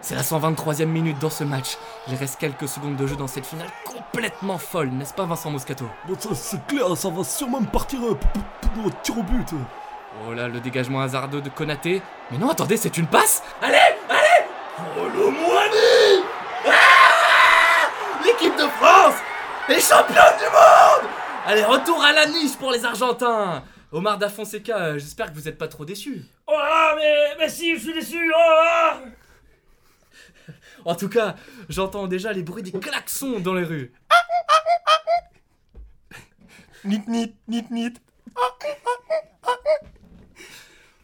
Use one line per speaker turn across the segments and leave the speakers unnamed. C'est la 123e minute dans ce match. Il reste quelques secondes de jeu dans cette finale complètement folle, n'est-ce pas Vincent Moscato
Bon, ça, c'est clair, ça va sûrement partir euh, p- p- pour un tir au but.
Oh là, le dégagement hasardeux de Konaté. Mais non, attendez, c'est une passe Allez, allez Oh le moine ah, L'équipe de France est championne du monde Allez, retour à la niche pour les Argentins Omar da Fonseca, euh, j'espère que vous n'êtes pas trop déçu.
Oh là là, mais, mais si, je suis déçu, oh là là
En tout cas, j'entends déjà les bruits des klaxons dans les rues.
Nit, nit, nit, nit.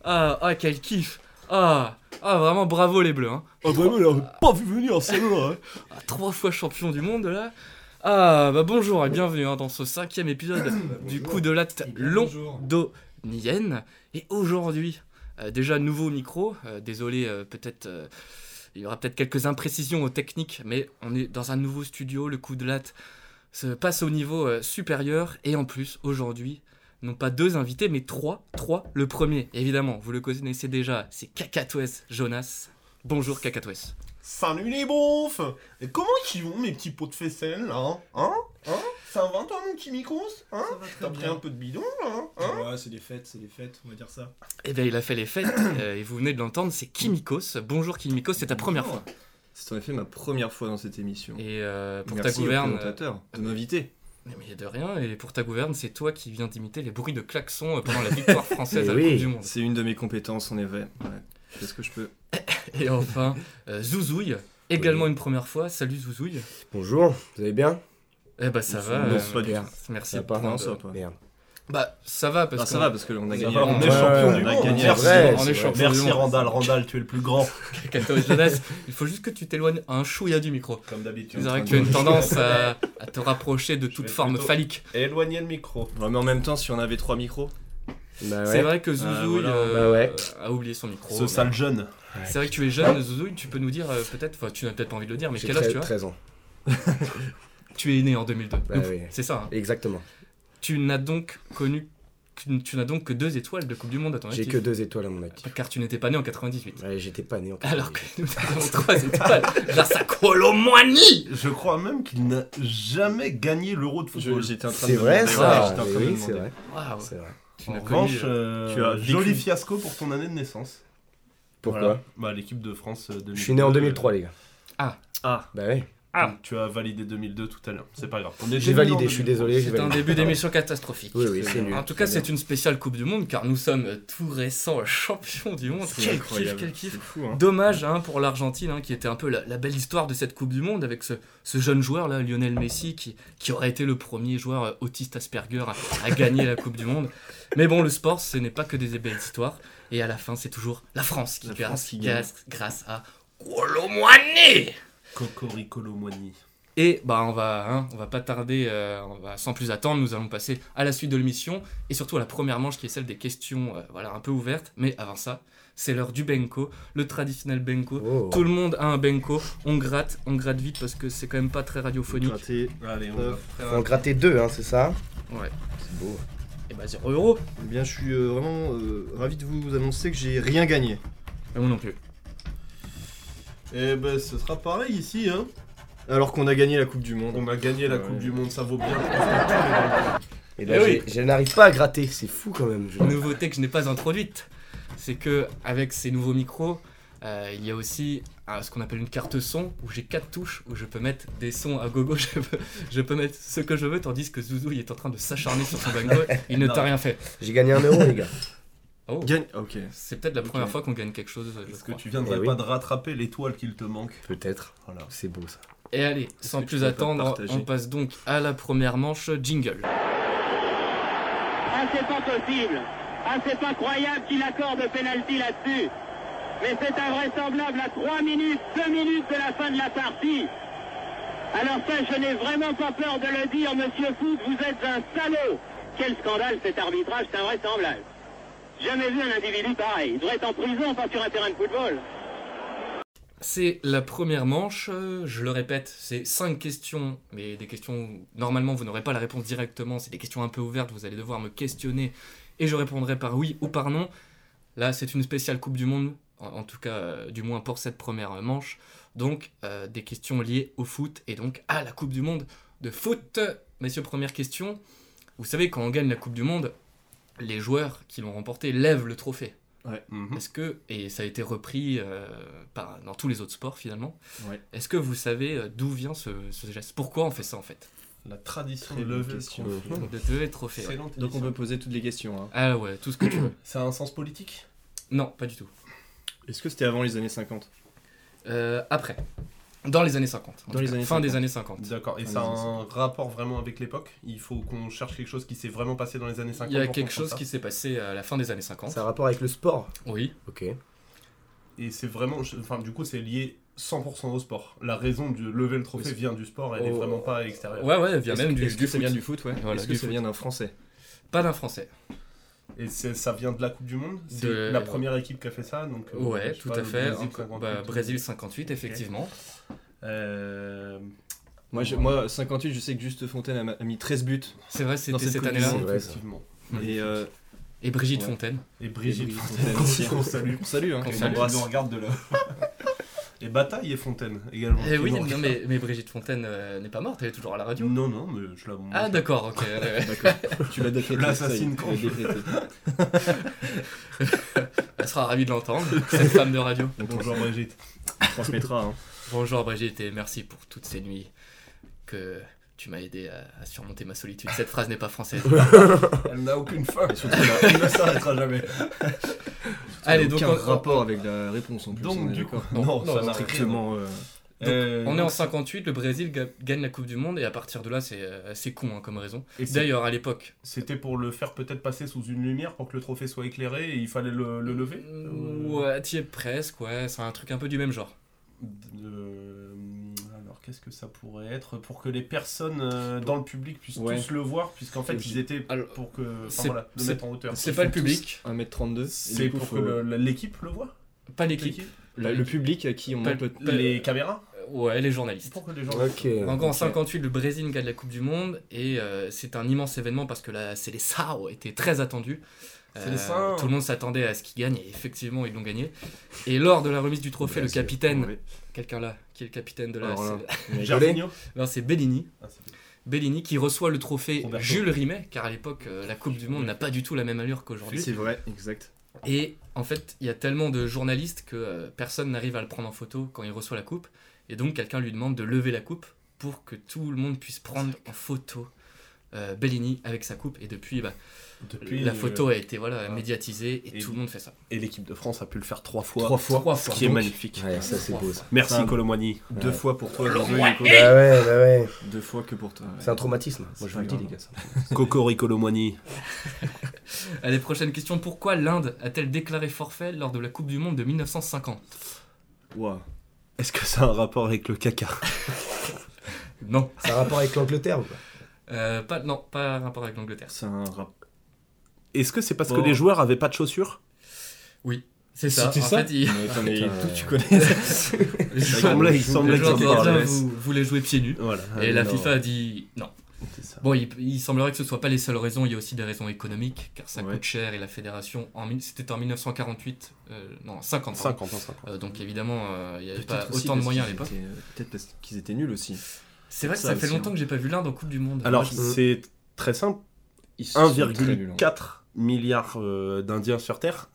Ah, ah, quel kiff Ah, ah vraiment bravo les Bleus hein.
Ah, vraiment, il a pas vu venir celle-là. hein.
Ah, trois fois champion du monde là. Ah bah bonjour et bienvenue hein, dans ce cinquième épisode du coup de latte londonienne. Et aujourd'hui, euh, déjà nouveau micro, euh, désolé euh, peut-être... euh, il y aura peut-être quelques imprécisions aux techniques, mais on est dans un nouveau studio, le coup de latte se passe au niveau euh, supérieur, et en plus, aujourd'hui, non pas deux invités, mais trois, trois, le premier, évidemment, vous le connaissez déjà, c'est Cacatoès Jonas. Bonjour Cacatoès.
Salut les beaufs Et Comment ils vont mes petits pots de faisselle là Hein Hein Ça va toi mon petit micros Hein T'as pris un peu de bidon là hein Hein
Ouais, c'est des fêtes, c'est des fêtes, on va dire ça.
Eh bien, il a fait les fêtes, euh, et vous venez de l'entendre, c'est Kimikos. Bonjour Kimikos, c'est ta première
Oh.
fois.
C'est en effet ma première fois dans cette émission.
Et euh, pour
Merci
ta gouverne,
au présentateur de m'inviter.
euh, mais de rien, et pour ta gouverne, c'est toi qui viens d'imiter les bruits de klaxons euh, pendant la victoire française à la
Eh oui.
Coupe du Monde.
C'est une de mes compétences, en effet. Ouais. Je fais ce que je peux.
Et enfin, euh, Zouzouille, également une première fois. Salut Zouzouille.
Bonjour, vous allez bien
Eh bah ça va.
Non,
euh,
c'est pas du
Super.
merci.
Ça va pas,
pour,
Non,
euh,
ça va pas.
Merde.
Bah ça va parce
Ah,
que
ça va, parce qu'on a
Ça
gagné.
va, on est
Ouais,
champion du
on a
monde
gagné.
C'est
merci.
vrai,
on
c'est
est
vrai.
champion du
Merci
monde.
Randall, Randall, tu es le plus grand
Cacatoès Jonas, il faut juste que tu t'éloignes un chouïa du micro.
Comme d'habitude.
Vous aurez que une tendance à, à te rapprocher de toute
vais
forme
plutôt-
phallique.
Éloignez le micro
Ouais, mais en même temps, si on avait trois micros,
Bah
C'est
ouais.
vrai que Zouzouille
voilà.
euh,
Bah ouais.
a oublié son micro.
Ah, Ce sale jeune
C'est vrai que tu es jeune, Zouzouille, tu peux nous dire euh, peut-être, enfin tu n'as peut-être pas envie de le dire, mais
J'ai
quel âge
13
tu as
13 ans.
Tu es né en 2002.
Bah
Donc,
oui.
C'est ça. hein.
Exactement.
Tu n'as donc connu, que- tu n'as donc que deux étoiles de Coupe du Monde à ton
J'ai
actif.
que deux étoiles à mon actif.
Car tu n'étais pas né en 98.
Ouais, j'étais pas né en
Alors que nous avons trois étoiles grâce à Colomani
Je crois même qu'il n'a jamais gagné l'euro de
je-
football.
j'étais en train de. me
C'est vrai
demander, ouais,
ça
j'étais en
Mais
train de
Oui,
me
c'est
demander.
vrai.
Waouh,
C'est vrai.
tu
En
n'as connu,
revanche,
euh,
euh,
tu as vécu.
joli fiasco pour ton année de naissance.
Pourquoi
Voilà. Bah l'équipe de France euh, 2002.
Je suis né en 2003, les gars.
Ah.
Ah.
Bah ouais.
Ah Tu as validé 2002 tout à l'heure, c'est pas grave. On était
J'ai
nul en
validé, je suis
2002.
désolé. j'ai
C'est un
validé.
début d'émission catastrophique.
Oui, oui, c'est nul.
En tout cas, c'est une spéciale Coupe du Monde car nous sommes euh, tout récents champions du monde.
C'est
Quel kiff,
incroyable.
quel kiff.
C'est fou, hein.
Dommage hein, pour l'Argentine, hein, qui était un peu la, la belle histoire de cette Coupe du Monde, avec ce, ce jeune joueur, là, Lionel Messi, qui, qui aurait été le premier joueur euh, autiste Asperger à, à gagner la Coupe du Monde. Mais bon, le sport, ce n'est pas que des belles histoires. Et à la fin, c'est toujours la France qui,
La
grâce,
France qui gagne.
grâce- grâce à Colomani
Cocorico Lomoigny.
Et bah, on va, hein, on va pas tarder, euh, on va sans plus attendre, nous allons passer à la suite de l'émission, et surtout à la première manche qui est celle des questions euh, voilà, un peu ouvertes. Mais avant ça, c'est l'heure du Benko, le traditionnel Benko.
Oh.
Tout le monde a un benko, on gratte, on gratte vite parce que c'est quand même pas très radiophonique.
Gratté.
Allez, on va.
Faut en gratter deux, hein, c'est ça
Ouais.
C'est beau.
Et bah 0 euros.
Eh bien, je suis euh, vraiment euh, ravi de vous annoncer que j'ai rien gagné.
Et moi non plus.
Eh ben, ce sera pareil ici, hein.
Alors qu'on a gagné la Coupe du Monde.
On a gagné la
Ouais.
Coupe du Monde, ça vaut bien. Parce
Et
Eh
là,
oui.
j'ai- je n'arrive pas à gratter, c'est fou quand même. je-
Nouveauté que je n'ai pas introduite, c'est que avec ces nouveaux micros, euh, il y a aussi euh, ce qu'on appelle une carte son où j'ai quatre touches où je peux mettre des sons à gogo, je peux, je peux mettre ce que je veux tandis que Zouzou il est en train de s'acharner sur son benko, il ne t'a rien fait.
J'ai gagné un euro, les gars.
Oh.
Gagne. Ok.
C'est peut-être la première fois qu'on gagne quelque chose. je
que
crois.
tu viendrais
Eh oui.
pas de rattraper l'étoile qu'il te manque.
Peut-être.
Voilà.
C'est beau ça.
Et allez,
Est-ce
sans
que tu
plus
pourrais pas
attendre,
partager
on passe donc à la première manche jingle.
Ah, c'est pas possible. Ah, c'est incroyable qu'il accorde penalty là-dessus. Mais c'est invraisemblable à 3 minutes, 2 minutes de la fin de la partie. Alors ça, je n'ai vraiment pas peur de le dire, monsieur Foot, vous êtes un salaud. Quel scandale cet arbitrage, c'est invraisemblable. Jamais vu un individu pareil. Il devrait être en prison, pas sur un terrain de football.
C'est la première manche, euh, je le répète, c'est 5 questions, mais des questions où normalement vous n'aurez pas la réponse directement, c'est des questions un peu ouvertes, vous allez devoir me questionner et je répondrai par oui ou par non. Là c'est une spéciale Coupe du Monde, en, en tout cas euh, du moins pour cette première euh, manche. Donc euh, des questions liées au foot et donc à la Coupe du Monde de foot. Messieurs, première question. Vous savez, quand on gagne la Coupe du Monde, les joueurs qui l'ont remporté lèvent le trophée.
Mmh.
Mhm.
Est-ce que, et ça a été repris euh, par, dans tous les autres sports finalement,
Ouais.
est-ce que vous savez euh, d'où vient ce, ce geste Pourquoi on fait ça en fait
La tradition
Très
de
bonne
lever le
question.
trophée.
De lever le trophée. ouais.
Mhm. Excellente
Donc on peut
émission.
poser toutes les questions. hein.
Ah ouais, tout ce que tu veux.
Ça a un sens politique
Non, pas du tout.
Est-ce que c'était avant les années 50
Euh, après, dans les années 50. en
Dans
tout
les
cas,
années
fin des
50.
années 50.
D'accord, et
Dans
ça a
les années
un rapport vraiment avec l'époque Il faut qu'on cherche quelque chose qui s'est vraiment passé dans les années 50
Il y a
pour
quelque
comprendre
chose
ça
qui s'est passé à la fin des années 50.
C'est un rapport avec le sport.
Oui.
Ok.
Et c'est vraiment... je- Enfin, du coup, c'est lié 100% au sport. La raison de lever le trophée
Oui.
vient du sport, elle est
Oh.
vraiment pas extérieure.
Ouais, ouais, vient
Est-ce
même
que-
du,
est-ce que
du
ça
foot.
vient du foot ouais.
Voilà,
Est-ce que
du
ça vient d'un français
Pas d'un français.
Et c'est- ça vient de la Coupe du Monde C'est
De-
la première équipe qui a fait ça donc, euh, je
Ouais,
sais
tout
pas,
à
le
fait.
Brésil,
Encore-
58.
bah, Brésil 58, effectivement.
Euh,
moi, j'ai- moi, 58, je sais que Juste Fontaine a ma- a mis 13 buts.
C'est vrai,
Dans
c'était
cette
cette
Coupe du
année-là.
Monde. vrai, ça.
effectivement.
Et, euh,
Et Brigitte
Ouais.
Fontaine.
Et Brigitte
et
Fontaine
aussi,
qu'on salue.
On salue, hein.
Qu'on
on
salue.
embrasse.
Qui nous regarde de là. et Bataille et Fontaine
Ah,
également.
Eh
qui
oui,
nous
non,
regardent.
mais, mais Brigitte Fontaine euh, n'est pas morte, elle est toujours à la radio.
Non, non, mais je la.
Ah, d'accord, ok. ouais, ouais.
Tu l'as décrété.
L'assassine,
ça y est, tu l'as décrété.
Elle sera ravie de l'entendre, cette femme de radio.
Bonjour Brigitte.
On transmettra. hein.
Bonjour Brigitte et merci pour toutes ces nuits que tu m'as aidé à, à surmonter ma solitude. Cette phrase n'est pas française.
Elle n'a aucune fin.
Et surtout, il a-
Elle ne s'arrêtera jamais.
Allez,
il a
donc
aucun
on,
rapport avec la réponse en plus. on
Donc,
est
du coup.
d'accord.
Non,
Non,
non,
ça n'a rien.
strictement. euh,
Euh,
on est en 58, le Brésil ga- gagne la Coupe du Monde et à partir de là, c'est euh, assez con hein, comme raison.
et c'est-
D'ailleurs, à l'époque,
C'était pour le faire peut-être passer sous une lumière pour que le trophée soit éclairé et il fallait le, le lever
ouais, t'y es presque, ouais, c'est un truc un peu du même genre.
Euh, alors qu'est-ce que ça pourrait être Pour que les personnes euh, dans le public puissent
Ouais.
tous le voir, puisqu'en fait ils étaient
Alors,
pour que. Enfin
c'est-
voilà, le
c'est-
mettre en hauteur.
C'est pas le public,
1m32. et
C'est
du coup,
pour
faut-
que le- la- l'équipe le voit
pas l'équipe,
la- le public à qui on
Pas-
montre le.
Pas-
Les caméras
ouais, les journalistes.
Pour que les gens.
Ok.
Euh,
Donc en 58, le Brésil gagne la Coupe du Monde et euh, c'est un immense événement parce que la Seleção était très attendue. Euh,
C'est les saints.
tout le monde s'attendait à ce qu'ils gagnent et effectivement ils l'ont gagné. Et lors de la remise du trophée, le
Brésil.
capitaine,
Ouais.
quelqu'un là, qui est le capitaine de la
Alors là.
c'est-
Mais-
Gervinho
non, c'est Bellini.
Ah, c'est-
Bellini qui reçoit le trophée
Roberto.
Jules Rimet, car à l'époque euh, la Coupe du Monde n'a pas du tout la même allure qu'aujourd'hui.
C'est vrai, exact.
Et en fait, il y a tellement de journalistes que euh, personne n'arrive à le prendre en photo quand il reçoit la coupe. Et donc, quelqu'un lui demande de lever la coupe pour que tout le monde puisse prendre en photo euh, Bellini avec sa coupe. Et depuis, bah,
Depuis,
la
euh,
photo a été voilà,
voilà.
médiatisée et,
Et-
tout le monde fait ça.
Et l'équipe de France a pu le faire trois fois.
fois.
Trois
Ce
fois.
qui est magnifique.
Ouais, ça c'est beau ça.
Merci
Enfin,
Colomani.
Deux fois pour toi, Josué, Nico.
Bah ouais, bah ouais.
Deux fois que pour toi. ouais.
C'est un traumatisme.
C'est
Moi je vous le dis
pas
les
grave.
gars. ça.
Cocori Colomani.
Allez, prochaine question. Pourquoi l'Inde a-t-elle déclaré forfait lors de la Coupe du Monde de 1950
Waouh.
Est-ce que ça a un rapport avec le caca
Non.
C'est un rapport avec l'Angleterre ou quoi
Euh, pas, non, pas rapport avec l'Angleterre.
C'est un rap.
Est-ce que c'est parce
Bon.
que les joueurs avaient pas de chaussures
C'est ça.
C'était
en
ça
fait, il...
Mais attends, mais
Putain.
tout tu connais.
les
Il
joueurs-
semblait, il
les
semblait que
joueurs
ça
de
parlait.
l'Inde vou- voulaient jouer pieds nus.
Voilà.
Et la
Euh, Non,
FIFA a dit non.
c'est ça.
Bon, il, il semblerait que ce soit pas les seules raisons, il y a aussi des raisons économiques, car ça
Ouais.
coûte cher et la fédération, en, mille- c'était en 1948, euh, non, 50, pardon.
50 50.
Euh, donc évidemment, euh, il n'y avait
Peut-être
pas
aussi
autant de
parce
moyens à
qu'ils
l'époque.
étaient, euh, Peut-être parce qu'ils étaient nuls aussi.
C'est vrai que
ça
ça, fait
aussi,
longtemps
hein.
que j'ai pas vu l'Inde en Coupe du Monde.
Alors,
Moi, je-
c'est très simple.
Ils sont très nuls, hein.
1,4 milliard euh, d'Indiens sur Terre.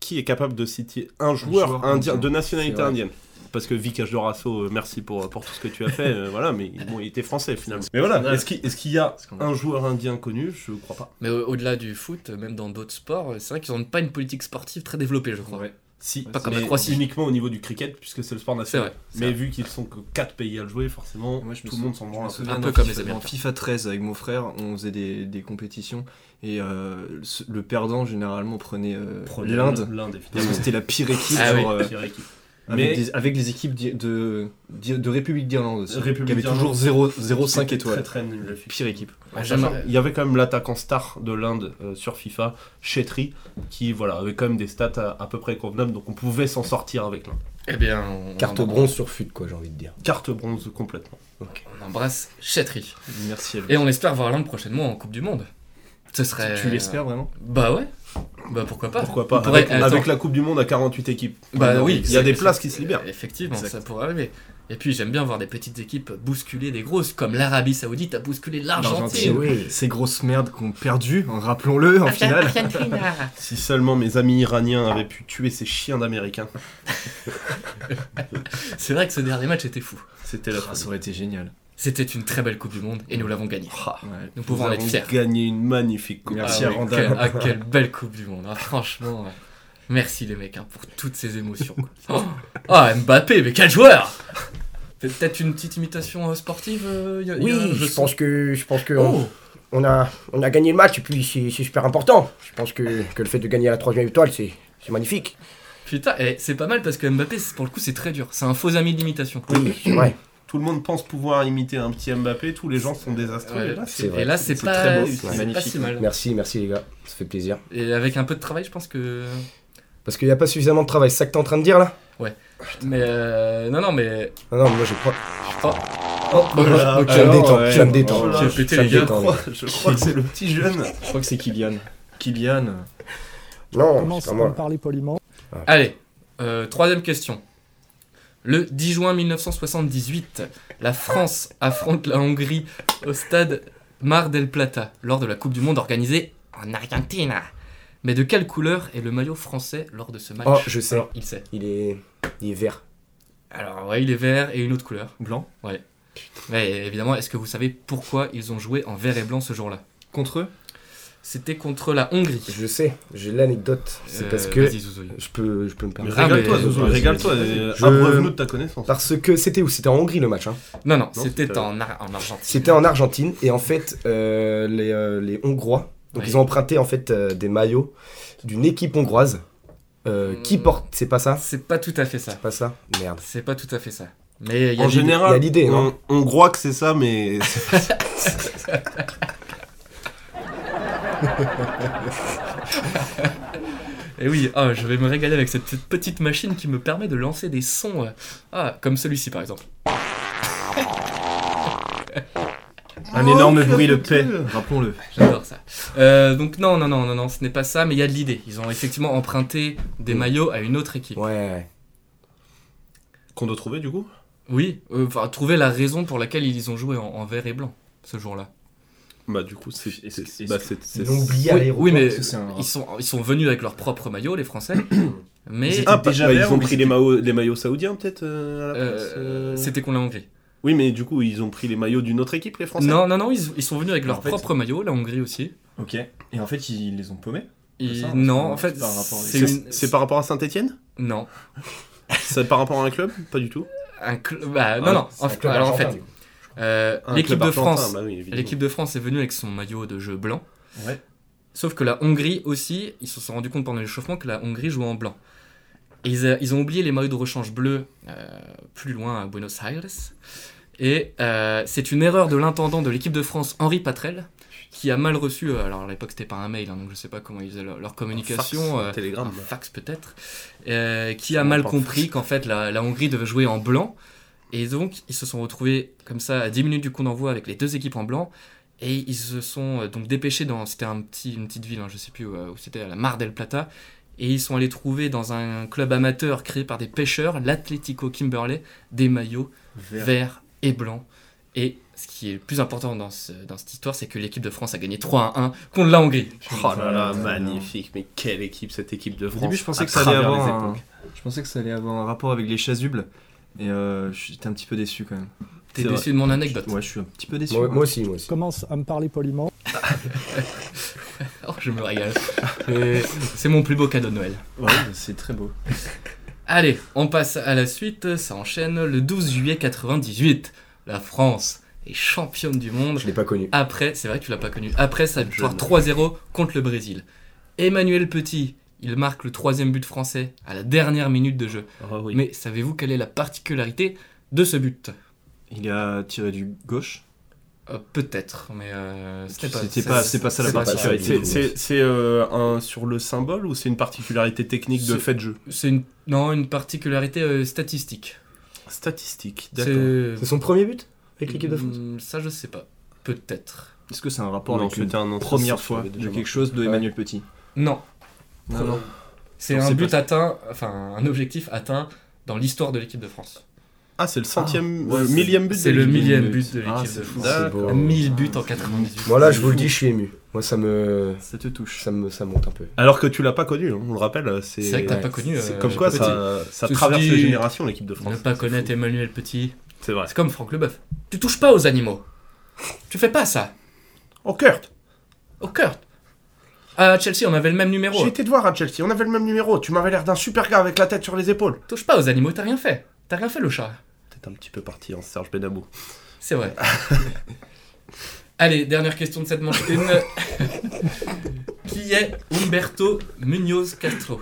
Qui est capable de citer un joueur,
joueur
indien,
indien.
de nationalité
C'est vrai.
indienne Parce que Vikash Dorasso, euh, merci pour, pour tout ce que tu as fait, euh, voilà, mais bon, il était français finalement. Mais voilà,
Scandale.
est-ce qu'il est-ce qu'il y a
Scandale.
un joueur indien connu Je crois pas.
Mais au- delà du foot, euh, même dans d'autres sports, euh, c'est vrai qu'ils n'ont pas une politique sportive très développée, je crois.
Ouais.
Si,
Pas
comme
mais
la Croatie.
uniquement au niveau du cricket, puisque c'est le sport
C'est
national.
vrai. c'est
Mais
vrai.
vu qu'ils sont que 4 pays à le jouer, forcément,
Moi, je me
tout le
sou-
monde s'en
Je me
branle un peu.
souviens
Un peu
dans
comme
FIFA-
les Américains.
dans FIFA 13 avec mon frère, on faisait des, des compétitions et euh, ce- le perdant généralement prenait euh, l'Inde
L'Inde,
parce que
évidemment.
c'était la pire équipe
Ah
genre, euh,
Pire équipe. Mais-
avec, des- avec les équipes d'I- de, d'I- de République d'Irlande aussi,
République
qui avait
d'Irlande.
toujours 0 0,5
C'était
étoiles.
Très, très nul, la FIFA.
Pire équipe.
Ouais,
Sachant
j'aimerais-
qu'il y avait quand même l'attaquant star de l'Inde euh, sur FIFA, Chetri, qui voilà, avait quand même des stats à, à peu près convenables, donc on pouvait s'en sortir avec l'Inde.
Eh bien, on,
Carte
on-
bronze sur fut quoi, j'ai envie de dire.
Carte bronze complètement.
on embrasse Chetri.
Merci à lui.
Et on espère voir l'Inde prochainement en Coupe du Monde. Ce serait. euh,
Tu l'espères vraiment
Bah ouais. Bah pourquoi pas
Pourquoi pas
On pourrait-
avec,
attends.
avec la Coupe du Monde à 48 équipes.
Bah oui,
il y a
c'est-
des
c'est-
places qui se libèrent.
Effectivement,
Exact.
ça pourrait arriver. Et puis j'aime bien voir des petites équipes bousculer des grosses, comme l'Arabie Saoudite a bousculé l'Argentine.
oui.
Ces grosses merdes qu'on perdu, hein, rappelons-le, en finale.
Si seulement mes amis iraniens avaient pu tuer ces chiens d'Américains.
C'est vrai que ce dernier match était fou.
C'était la
Ah, Ça aurait été génial.
C'était une très belle Coupe du Monde et nous l'avons gagnée.
Ouais.
Nous pouvons en être fiers.
gagné une magnifique Coupe.
Merci
Ah
à
oui,
Randall.
quelle, ah, quelle belle Coupe du Monde, hein, franchement. ouais. Merci les mecs hein, pour toutes ces émotions. quoi. Oh, Ah, Mbappé, mais quel joueur Peut- Peut-être une petite imitation euh, sportive euh, y a- y a-
Oui, je
sens-
pense que je pense que on,
Oh,
on a on a gagné le match et puis c'est c'est super important. Je pense que, que le fait de gagner la troisième étoile c'est c'est magnifique.
putain, eh, c'est pas mal parce que Mbappé, c'est- pour le coup, c'est très dur. C'est un faux ami de l'imitation.
Oui, c'est vrai.
Tout le monde pense pouvoir imiter un petit Mbappé, tous les gens sont désastreux.
Ouais,
et là,
c'est
et
vrai.
là, c'est
C'est
pas,
très beau,
c'est
c'est
pas
magnifique.
si mal.
Merci, merci les gars, ça fait plaisir.
Et avec un peu de travail, je pense que.
Parce qu'il n'y a pas suffisamment de travail, c'est ça que t'es en train de dire là
Mais euh, non, non, mais.
Non, non, moi j'ai pas. Oh
Voilà.
ok, je me
Alors,
détends,
euh,
ouais.
je me détends.
Oh là,
Qui a pété
ça
les
me
gars.
détend.
Je crois que c'est le petit jeune.
Je crois que c'est Kylian. Kylian.
Non,
Commence
c'est pas
par me
moi.
parler poliment.
Allez, euh, troisième question. Le 10 juin 1978, la France affronte la Hongrie au stade Mar del Plata lors de la Coupe du Monde organisée en Argentine. Mais de quelle couleur est le maillot français lors de ce match
Oh, je sais.
Alors, il sait.
Il est, il est vert.
Alors, ouais, il est vert et une autre couleur.
Blanc.
Mais évidemment, est-ce que vous savez pourquoi ils ont joué en vert et blanc ce jour-là
Contre eux
C'était contre la Hongrie.
Je sais, j'ai l'anecdote. C'est
Euh,
parce que
vas-y, Zouzouille.
je peux, je peux me permettre.
Ah, mais-
Régale-toi, Zouzou,
vas-y,
régale-toi.
vas-y.
euh,
Je-
Abreuve-nous de ta connaissance.
Parce que c'était où C'était en Hongrie le match. Hein.
Non, non,
Non,
c'était
c'était-
en, Ar- en Argentine.
C'était en Argentine et en fait euh, les, euh, les Hongrois, donc
Oui.
ils ont emprunté en fait euh, des maillots d'une équipe hongroise euh, qui
Hmm.
porte. C'est pas ça
C'est pas tout à fait ça.
C'est pas ça Merde.
C'est pas tout à fait ça. Mais il y a
En
des-
il y a
général,
l'idée,
on,
non
on croit que c'est ça, mais
Et oui, ah, je vais me régaler avec cette petite- petite machine qui me permet de lancer des sons. euh, ah, comme celui-ci par exemple.
Un
Oh,
énorme
quel
bruit de paix.
ridicule.
Rappelons-le.
J'adore ça. Euh, donc non, non, non, non, non, ce n'est pas ça, mais il y a de l'idée. Ils ont effectivement emprunté des maillots à une autre équipe.
Ouais.
qu'on doit trouver du coup.
Oui, euh, enfin, trouver la raison pour laquelle ils ont joué en, en vert et blanc ce jour-là.
Bah du coup, c'est
Est-ce- est-ce-
bah, c'est-
Ils
c'est-
l'ont oublié à
Oui,
l'aéroport.
oui, mais
ça, c'est un-
ils sont, ils sont venus avec leurs propres maillots, les Français. mais
Ah, bah,
déjà
bah,
verts
ils
ou
ont
ils
pris les
étaient-
maillots, les maillots saoudiens peut-être euh, à la place,
euh,
euh,
c'était qu'on la Hongrie.
Oui, mais du coup, ils ont pris les maillots d'une autre équipe, les Français.
Non, non, non, ils, ils sont venus avec
En
leurs
fait-
propres maillots, la Hongrie aussi.
Ok. Et en fait, ils les ont paumés.
Ils-
ça, c'est
non,
pas-
en fait,
c'est pas un rapport avec-
c'est une-
C'est c'est par rapport à Saint-Etienne
Non.
C'est par rapport à un club Pas du tout.
Un cl- bah, non,
Ah,
non. En fait- alors en fait, euh,
Un
l'équipe
club
de
argentin,
France,
bah oui, évidemment.
l'équipe de France est venue avec son maillot de jeu blanc.
Ouais.
Sauf que la Hongrie aussi, ils se sont rendus compte pendant l'échauffement que la Hongrie jouait en blanc. Et ils, euh, ils ont oublié les maillots de rechange bleu euh, plus loin à Buenos Aires. Et euh, c'est une erreur de l'intendant de l'équipe de France, Henri Patrel, qui a mal reçu. euh, alors à l'époque, c'était pas un mail, hein, donc je sais pas comment ils faisaient leur, leur communication.
Fax,
euh,
Telegram.
un fax peut-être, euh, qui a
Sûrement
mal
pas un
compris qu'en fait la, la Hongrie devait jouer en blanc. Et donc ils se sont retrouvés comme ça à 10 minutes du coup d'envoi avec les deux équipes en blanc. Et ils se sont euh, donc dépêchés dans, c'était un petit, une petite ville, hein, je sais plus où, euh, où c'était, à la Mar del Plata. Et ils sont allés trouver dans un club amateur créé par des pêcheurs, l'Atlético Kimberley, des maillots verts et blancs. Et ce qui est le plus important dans, ce- dans cette histoire, c'est que l'équipe de France a gagné 3 à 1 contre la Hongrie.
Oh là là, magnifique. Mais quelle équipe, cette équipe de
Euh, Au
France.
début, je pensais
à
que ça allait
travers
avoir
les
un...
époques.
Je pensais que ça allait avoir un rapport avec les chasubles. Et euh, j'étais un petit peu déçu quand même.
T'es
C'est
déçu de mon anecdote
Ouais, je suis un petit peu déçu. hein.
Moi,
ouais.
moi aussi, moi aussi.
Commence à me parler poliment.
Oh, je me régale. Mais C'est mon plus beau cadeau de Noël.
Ouais, c'est très beau.
Allez, on passe à la suite. Ça enchaîne le 12 juillet 98. La France est championne du monde.
Je l'ai pas connu.
Après, c'est vrai que tu l'as pas connu. Après sa victoire
ne-
3-0 contre le Brésil. Emmanuel Petit, il marque le troisième but français à la dernière minute de jeu.
Oh oui.
Mais savez-vous quelle est la particularité de ce but
Il a tiré du gauche.
Euh, Peut-être, mais euh, c'était pas.
C'était pas- c'est pas ça la
c'est
particularité.
ça.
C'est- C'est c'est, euh, un sur le symbole ou c'est une particularité technique de
C'est-
fait de jeu
C'est une non une particularité euh, statistique.
Statistique, d'accord.
C'est
C'est son premier but avec l'équipe de France
Hmm, Ça, je sais pas. Peut-être.
Est-ce que c'est un rapport
Non,
avec une
c'était un ancien
première
sens,
fois
j'avais
de
déjà
quelque chose de Emmanuel Petit
Non.
Non, Ah, non.
C'est
Non,
un
c'est
but
pas ça.
atteint, enfin un objectif atteint dans l'histoire de l'équipe de France.
Ah, c'est le centième,
Ah,
euh,
ouais,
millième but
C'est
de
le
l'équipe.
millième
but.
but de
Ah,
l'équipe
c'est
de
fou.
France.
C'est
D'accord.
beau.
1000 buts en 98.
Moi là, je vous le dis, je suis ému. Moi, ça me,
Ça te touche.
ça me, ça monte un peu.
Alors que tu l'as pas connu, hein, on le rappelle, c'est.
C'est vrai que t'as
Ouais,
pas connu.
c'est
euh,
Comme quoi,
Petit.
ça, ça
Ceci
traverse
dit,
les générations, l'équipe de
Ne
France.
pas connaître Emmanuel Petit.
C'est vrai.
C'est comme Franck Leboeuf. Tu touches pas aux animaux. Tu fais pas ça.
Oh, Kurt,
Au Kurt. À Chelsea, on avait le même numéro.
j'ai été te voir à Chelsea, on avait le même numéro, tu m'avais l'air d'un super gars avec la tête sur les épaules.
Touche pas aux animaux, t'as rien fait. T'as rien fait, le chat.
Peut-être un petit peu parti en Serge Benabou.
C'est vrai. Allez, dernière question de cette manche une. Qui est Humberto Munoz Castro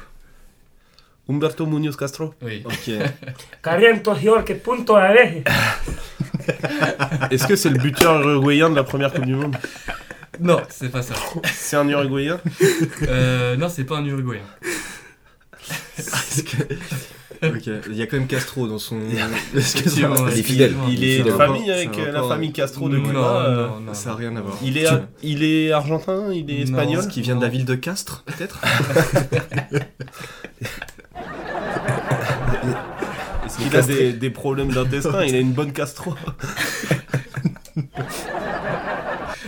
Humberto Munoz Castro.
Oui.
Ok.
Calientos y que punto la deje.
Est-ce que c'est le buteur uruguayen de la première Coupe du Monde
Non, c'est pas ça.
C'est un uruguayen
Euh, non, c'est pas un Uruguayen.
Est-ce que- ok. Il y a quand même Castro dans son. Est-ce que
Effectivement,
ça-
ouais.
Il est de
Ça va
famille
pas-
avec
ça va
euh, la
pas-
famille Castro de
Non,
Cuba. euh,
non, non.
Ça n'a rien à voir.
Il est,
Tu-
il est argentin, il est
Non.
espagnol.
Ce
Qui vient de la ville de Castres, peut-être
Est-ce qu'il a des, des problèmes d'intestin Il a une bonne Castro.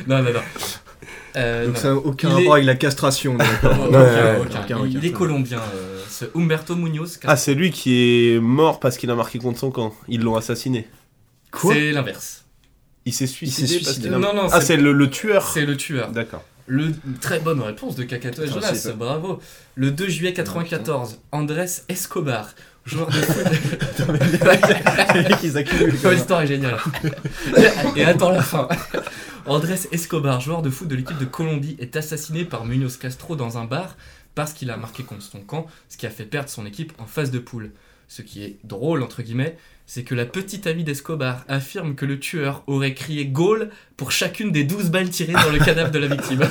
Non, non, non. Euh,
Donc
non.
ça n'a aucun
Il
rapport
est-
avec la castration, on est d'accord.
Aucun,
ouais,
aucun.
aucun,
Il
aucun.
est colombien, euh, ce Humberto Munoz
Ah,
Castro.
c'est lui qui est mort parce qu'il a marqué contre son camp. Ils l'ont assassiné.
quoi
c'est l'inverse.
Il s'est suicidé,
suicidé.
parce qu'il a-
Non, non,
Ah,
c'est-
c'est le, le tueur.
C'est le tueur.
D'accord.
Le très bonne réponse de Cacato
Putain,
Jonas,
c'est pas-
bravo. Le 2 juillet 94, Andrés Escobar, joueur de foot.
Ils accumulent.
Oh, L'histoire est géniale. Et attends la fin. Andrés Escobar, joueur de foot de l'équipe de Colombie, est assassiné par Munoz Castro dans un bar parce qu'il a marqué contre son camp, ce qui a fait perdre son équipe en phase de poule. Ce qui est drôle, entre guillemets, c'est que la petite amie d'Escobar affirme que le tueur aurait crié Gaulle pour chacune des 12 balles tirées dans le cadavre de la victime.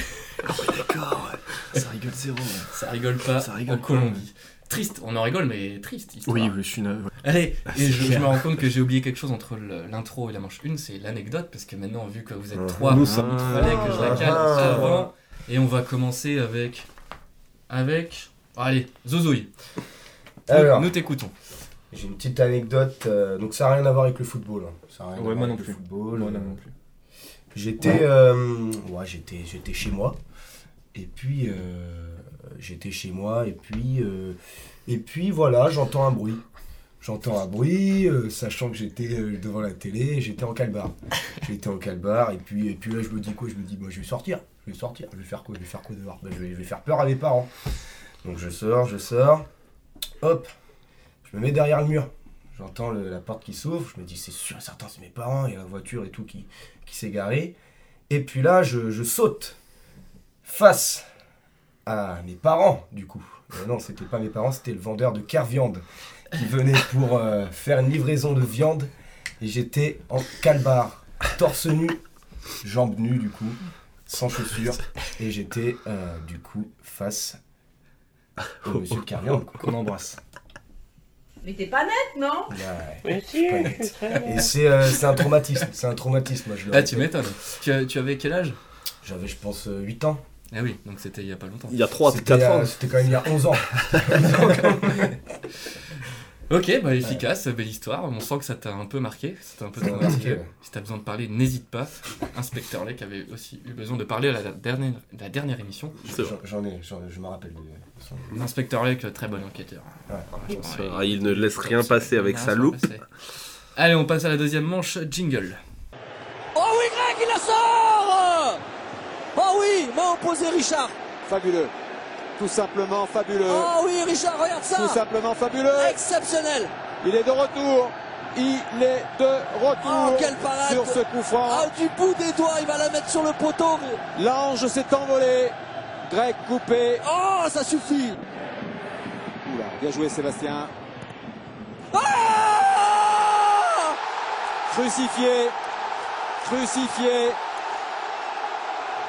D'accord, ouais. Ça rigole zéro. ouais.
Ça rigole pas
Ça rigole
en
pas.
Colombie. Triste, on en rigole, mais triste. histoire.
Oui, oui, je suis. na- ouais.
Allez, et
Ah, c'est
je, je
clair.
me rends compte que j'ai oublié quelque chose entre le- l'intro et la manche 1, c'est l'anecdote, parce que maintenant, vu que vous êtes trois,
Nous
il
sommes
Ah.
fallait que je la cale
Ah.
avant. Et on va commencer avec. Avec. Allez, Zozouille. Nous,
Alors.
nous t'écoutons.
J'ai une petite anecdote, euh, donc ça n'a rien à voir avec le football. hein. Ça a rien à
Ouais,
voir
moi non
avec
plus.
le football.
Moi
euh,
non plus.
J'étais, euh, ouais, j'étais, j'étais chez moi. Et puis, euh, j'étais chez moi. Et puis, euh, et puis voilà, j'entends un bruit. J'entends un bruit, euh, sachant que j'étais euh, devant la télé, et j'étais en calbar. J'étais en calbar, et puis, et puis là, je me dis quoi Je me dis, moi, je vais sortir. Je vais sortir. Je vais faire quoi Je vais faire quoi dehors Ben, je, vais, je vais faire peur à mes parents. Donc, je sors, je sors. Hop, je me mets derrière le mur. J'entends le- la porte qui s'ouvre. Je me dis, c'est sûr, et certain, c'est mes parents. Il y a la voiture et tout qui, qui s'est garé. Et puis là, je, je saute face à mes parents, du coup. Mais non, c'était pas mes parents, c'était le vendeur de Kerviande qui venait pour euh, faire une livraison de viande. Et j'étais en calbar, torse nu, jambes nues, du coup, sans chaussures. Et j'étais, euh, du coup, face au monsieur Kerviande, quoi, qu'on embrasse.
Mais t'es pas net, non
Ouais.
Mais si,
pas
je suis très
Et c'est euh, c'est un traumatisme, c'est un traumatisme. moi, je le
Ah, tu
répète.
m'étonnes. Tu, as- tu avais quel âge
J'avais, je pense, euh, 8 ans.
Ah oui, donc c'était il y a pas longtemps.
Il y a 3
C'était
4 ans.
euh, c'était quand même il y a 11 ans.
Ok, bah efficace, belle histoire. On sent que ça t'a un peu marqué, ça t'a un peu
Ça m'a
traumatisé.
marqué, ouais.
Si t'as besoin de parler, n'hésite pas. Inspecteur Lec avait aussi eu besoin de parler à la dernière, la dernière émission.
C'est vrai.
J'en- J'en ai, j'en- je me rappelle. de- de son-
Inspecteur Lec, très bon enquêteur.
Ouais.
Franchement,
C'est vrai, Ah, il ne laisse rien passer avec
Rien
sa
se
loupe.
passait. Allez, on passe à la deuxième manche, jingle.
Oh oui, Greg, il la sort
Oh oui, m'a opposé Richard.
Fabuleux. Tout simplement fabuleux.
Oh oui, Richard, regarde
Tout simplement fabuleux.
Exceptionnel.
Il est de retour. Il est de retour
Oh, parade. Ah,
sur ce coup franc.
du bout des doigts, il va la mettre sur le poteau.
L'ange s'est envolé. Greg coupé.
Oh, ça suffit.
Oula, bien joué Sébastien.
Ah
Crucifié. Crucifié.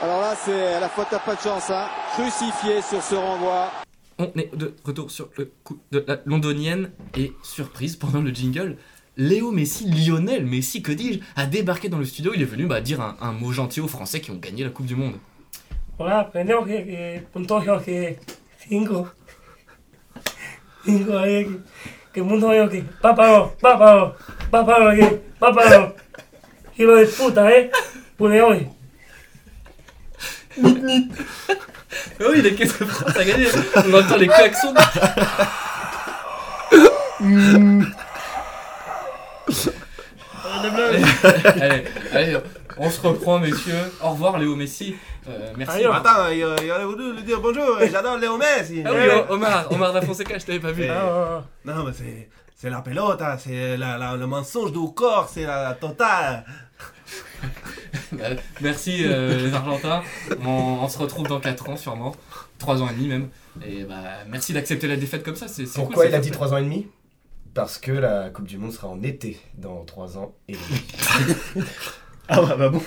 Alors là, c'est à la faute, t'as pas de chance. Hein. Crucifié sur ce renvoi.
On est de retour sur le coup de la londonienne et surprise pendant le jingle. Léo Messi, Lionel Messi, que dis-je, a débarqué dans le studio. Il est venu bah, dire un, un mot gentil aux Français qui ont gagné la Coupe du Monde.
Hola, pendejo que, que punto yo que cinco. Cinco ahí que, que mundo yo que. Pápalo, pápalo, pápalo aquí, pápalo. Hilo de puta, eh. Pune hoy.
Ah oui, les caisses de France à gagner. On entend les klaxons. Allez, allez, allez, on se reprend, messieurs. Au revoir, Léo Messi. Euh, merci.
Allez, attends, Ah, il y a- il y en a voulu lui dire bonjour, et j'adore Léo Messi.
Ah oui,
Eh.
Omar, Omar da Fonseca, je t'avais pas vu.
C'est-
Ah
Ah.
Non, mais c'est, c'est la pelota, c'est la- la- le mensonge du corps, c'est la, la totale.
Euh, merci euh, les Argentins. On, on se retrouve dans 4 ans sûrement. 3 ans et demi même. Et bah merci d'accepter la défaite comme ça. C'est, c'est
Pourquoi
cool,
il a dit 3 ans et demi Parce que la Coupe du Monde sera en été dans 3 ans et demi.
Ah bah, bah bon.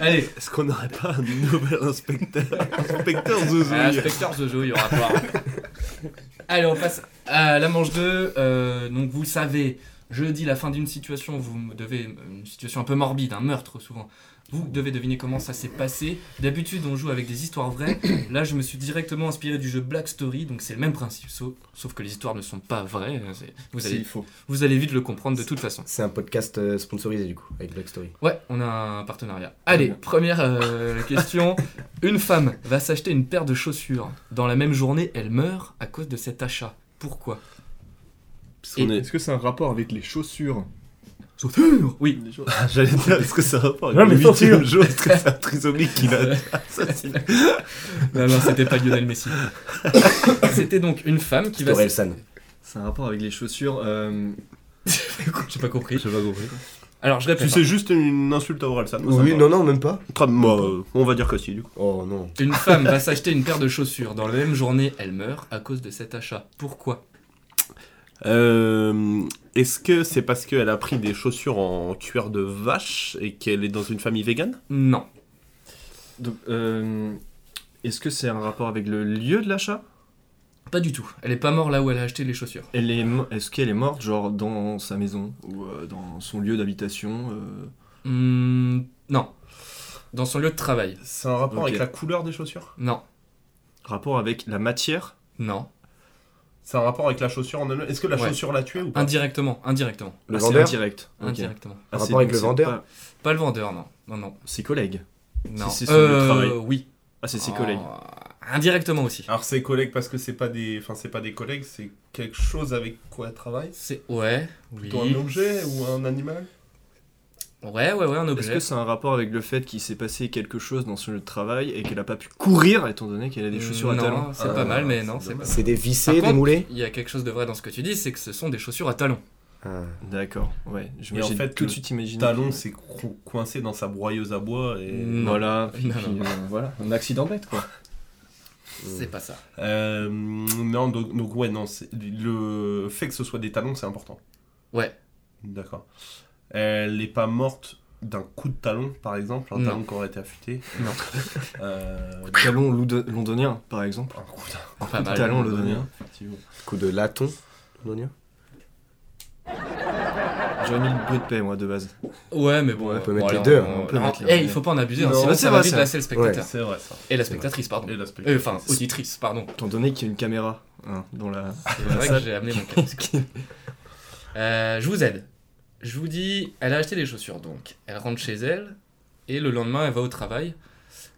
Allez.
Est-ce qu'on n'aurait pas un nouvel inspecteur Inspecteur
Ah, Inspecteur Zozo, il y aura pas. Allez, on passe à la manche 2. Euh, donc, vous savez, jeudi, la fin d'une situation, vous me devez une situation un peu morbide, un meurtre souvent. Vous devez deviner comment ça s'est passé. D'habitude, on joue avec des histoires vraies. Là, je me suis directement inspiré du jeu Black Story, donc c'est le même principe, sauf, sauf que les histoires ne sont pas vraies. C'est- Vous
Si,
allez,
il faut.
vous allez vite le comprendre de toute façon.
C'est un podcast euh, sponsorisé du coup, avec Black Story.
Ouais, on a un partenariat. Allez, première euh, question. Une femme va s'acheter une paire de chaussures. Dans la même journée, elle meurt à cause de cet achat. Pourquoi Et-
Est... ce que c'est un rapport avec les chaussures
Chaussures Oui.
Ah,
J'allais dire, est-ce que c'est un rapport
Non,
avec le
mais chaussures.
huitième jour Est-ce que c'est un trisomique qui l'a Ça, c'est-
Non, non, Bah c'était pas Lionel Messi. c'était donc une femme qui va...
C'était
s-
Orelsan. C'est un rapport avec les chaussures. euh,
J'ai pas compris.
J'ai pas compris.
Alors, je répète.
Tu sais juste une insulte à Orelsan.
Oui, non, non, même
pas. moi, euh, on va dire que si, du coup.
Oh non.
hein. Une femme va s'acheter une paire de chaussures. Dans la même journée, elle meurt à cause de cet achat. Pourquoi
Euh, est-ce que c'est parce qu'elle a pris des chaussures en cuir de vache et qu'elle est dans une famille végane
Non.
Donc, euh, est-ce que c'est un rapport avec le lieu de l'achat
Pas du tout. Elle est pas morte là où elle a acheté les chaussures.
Elle est, mo- est-ce qu'elle est morte, genre dans sa maison ou euh, dans son lieu d'habitation euh,
Hmm, Non. Dans son lieu de travail.
C'est un rapport
Ok.
avec la couleur des chaussures
Non.
Rapport avec la matière
Non.
C'est un rapport avec la chaussure en elle-même Est-ce que la
Ouais.
chaussure l'a tuée ou pas
Indirectement, indirectement.
Le Ah, c'est vendeur indirect. Ok.
Indirectement.
Un Ah, rapport c'est- avec le
c'est
vendeur
pas... pas le vendeur, non. Non, non.
Ses collègues
Non. Euh,
C'est- c'est son lieu de travail.
Oui.
Ah, c'est ses
Oh,
collègues.
Indirectement aussi.
Alors ses collègues parce que c'est pas des, enfin c'est pas des collègues, c'est quelque chose avec quoi elle travaille.
C'est ouais, oui.
Plutôt un objet ou un animal.
Ouais, ouais, ouais, un
Est-ce
objet.
que c'est un rapport avec le fait qu'il s'est passé quelque chose dans son lieu de travail et qu'elle a pas pu courir étant donné qu'elle a des chaussures à
Non,
talons
c'est pas mal, mais non, c'est pas.
C'est des vissés,
Par
des
contre,
moulés
Il y a quelque chose de vrai dans ce que tu dis, c'est que ce sont des chaussures à talons.
D'accord, ouais. Je
Et
j'ai tout de
le
suite imaginé.
Talon
que-
s'est cro- coincé dans sa broyeuse à bois et
Non.
Voilà, puis,
Non,
puis,
non.
euh, voilà, un accident bête quoi. Hmm.
C'est pas ça.
Euh, non, donc, donc ouais, non, c'est- le fait que ce soit des talons, c'est important.
Ouais.
D'accord. Elle n'est pas morte d'un coup de talon, par exemple, un
Non.
talon qui aurait été affûté.
Non.
Euh,
Talon londo- londonien, par exemple.
Un coup
Un
Pas
coup de
mal,
talon
londonien.
londonien.
Coup de laton, londonien.
J'aurais mis le bruit de paix, moi, de base.
Ouais, mais bon,
Ouais, on peut
bon,
mettre
allez,
les deux,
on-
on peut
non,
mettre les
eh,
deux.
il faut pas en abuser,
Non,
sinon
c'est
ça
vrai,
va vite
c'est
lasser le
vrai.
spectateur.
Ouais, c'est vrai, ça.
Et la
C'est
spectatrice, pardon.
Et la
Euh,
spectatrice.
Enfin, auditrice, pardon.
Étant donné qu'il y a une caméra hein, dans la.
C'est
dans la
vrai que
salle.
j'ai amené mon casque. Euh, je vous aide. Je vous dis, elle a acheté des chaussures donc. Elle rentre chez elle et le lendemain elle va au travail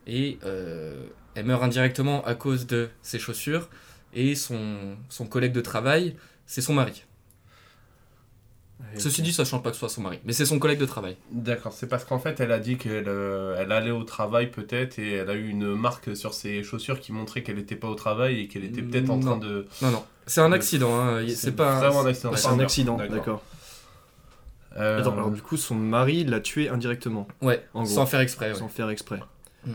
et euh, elle meurt indirectement à cause de ses chaussures et son, son collègue de travail, c'est son mari. Ceci dit, sachant pas que ce soit son mari, mais c'est son collègue de travail.
D'accord, c'est parce qu'en fait, elle a dit qu'elle euh, elle allait au travail peut-être et elle a eu une marque sur ses chaussures qui montrait qu'elle n'était pas au travail et qu'elle était peut-être en train de.
Non, non. C'est un accident, hein. C'est pas un-
vraiment un accident.
Ouais, c'est un accident, d'accord.
Euh,
Attends, alors du coup, son mari l'a tué indirectement.
Ouais,
en gros.
sans faire exprès, Eh ouais.
Sans faire exprès.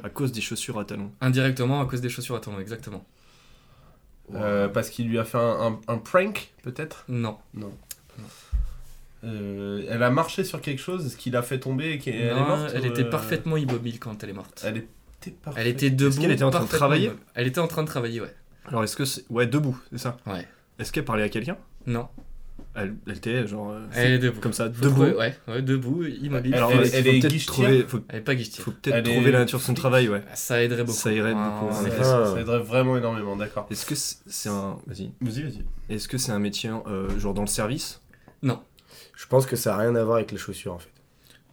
À cause des chaussures à talons.
Indirectement à cause des chaussures à talons, exactement.
Euh, parce qu'il lui a fait un, un- un prank, peut-être
Non.
Non. Euh, elle a marché sur quelque chose, ce qui l'a fait tomber et qu'elle
Non,
est morte
elle
ou,
était
euh,
parfaitement immobile quand elle est morte.
Elle était parfaite.
Elle était
Est-ce
debout.
qu'elle était en train de
parfaitement
travailler
immobile. Elle était en train de travailler, ouais.
Alors est-ce que c'est. Ouais, debout, c'est ça
Ouais.
Est-ce qu'elle parlait à quelqu'un
Non.
Elle, elle était genre. euh,
Elle est
c'est-
debout.
Comme ça,
Faut
debout.
trouver- ouais, ouais, debout, immobile.
Alors,
Elle-
il
elle
faut
est
peut-être
guichetière
trouver- faut-
Elle est pas guichetière.
Faut peut-être
Elle
trouver
est-
la nature de son travail, ouais.
Ça aiderait beaucoup.
Ça aiderait
Ah,
beaucoup.
ouais.
ouais.
Ça ça aiderait vraiment énormément, d'accord.
Est-ce que c'est c'est un. Vas-y.
Vas-y, vas-y.
Est-ce que c'est un métier euh, genre dans le service
Non.
Je pense que ça a rien à voir avec les chaussures en fait.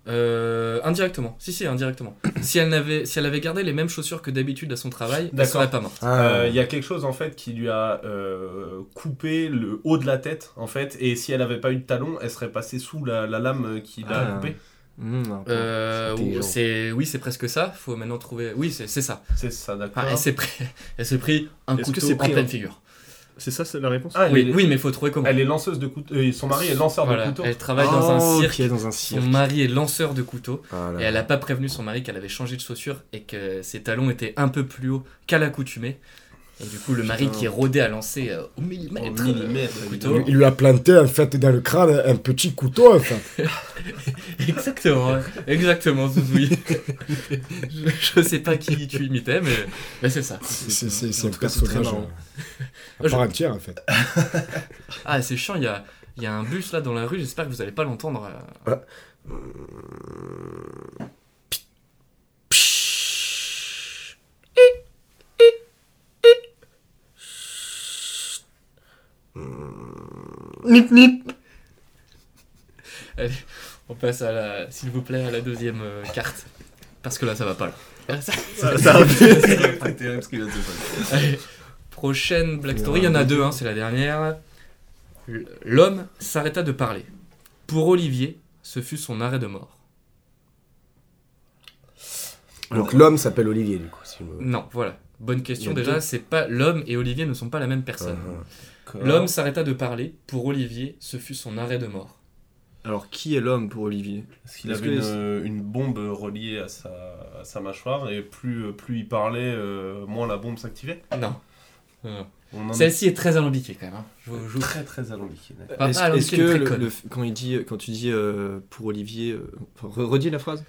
Euh, indirectement. Si, si, indirectement. si, elle n'avait- si elle avait gardé les mêmes chaussures que d'habitude à son travail, elle serait pas morte.
Euh, Il
Ah, Euh.
y a quelque chose en fait qui lui a euh, coupé le haut de la tête en fait, et si elle avait pas eu de talon, elle serait passée sous la, la lame qui l'a
Ah.
coupée.
Euh,
C'est intelligent.
ou- c'est oui c'est presque ça faut maintenant trouver oui c'est c'est ça
c'est ça d'accord
elle s'est pris elle s'est pris un
Est-ce que
couteau
c'est
en
pris
pleine
un-
figure
C'est ça, c'est la réponse
Ah, elle
oui,
est-
oui mais faut trouver comment
Elle est lanceuse de couteaux. euh, son mari est lanceur
Voilà,
de couteaux.
elle travaille dans un
Ah, ok,
cirque
dans un cirque.
son mari est lanceur de couteaux
Ah là
et elle a pas prévenu son mari qu'elle avait changé de chaussure et que ses talons étaient un peu plus hauts qu'à l'accoutumée et du coup le mari
Putain.
qui est rodé à lancer euh, au millimètre,
Au millimètre,
euh, le
évidemment.
couteau
Il lui a planté en fait dans le crâne un petit couteau en fait.
Exactement, exactement, Zouzoui. je, je sais pas qui tu imitais, mais, mais c'est ça.
C'est- c'est- c'est
En
un
tout cas, c'est très
personnage
marrant.
euh, à part entière en fait.
Ah, c'est chiant, il y a, il y a un bus là dans la rue, j'espère que vous allez pas l'entendre. euh. Allez, on passe à la, s'il vous plaît, à la deuxième euh, carte. Parce que là, ça va pas. Là. Ça,
Ça- ça va plus.
C'est
terrible ce qui vient de se passer.
Allez, prochaine Black Story, il y en a deux, hein, c'est la dernière. L'homme s'arrêta de parler. Pour Olivier, ce fut son arrêt de mort.
Donc l'homme s'appelle Olivier du coup. si je me-
Non, voilà. Bonne question
Il y a
déjà,
deux.
c'est pas l'homme et Olivier ne sont pas la même personne. L'homme s'arrêta de parler, pour Olivier, ce fut son arrêt de mort.
Alors, qui est l'homme pour Olivier
Parce qu'il
Est-ce
avait
que
une,
les-
euh, une bombe reliée à sa, à sa mâchoire et plus, euh, plus il parlait, euh, moins la bombe s'activait.
Non.
On en est-
Celle-ci est très alambiquée quand même. hein. Je vous- je vous-
Très très alambiquée. d'accord.
Pas
Est-ce
alambiquée,
est-ce que
mais très
le-
conne.
le f- quand, il dit, quand tu dis euh, pour Olivier. euh, enfin, re- redis la phrase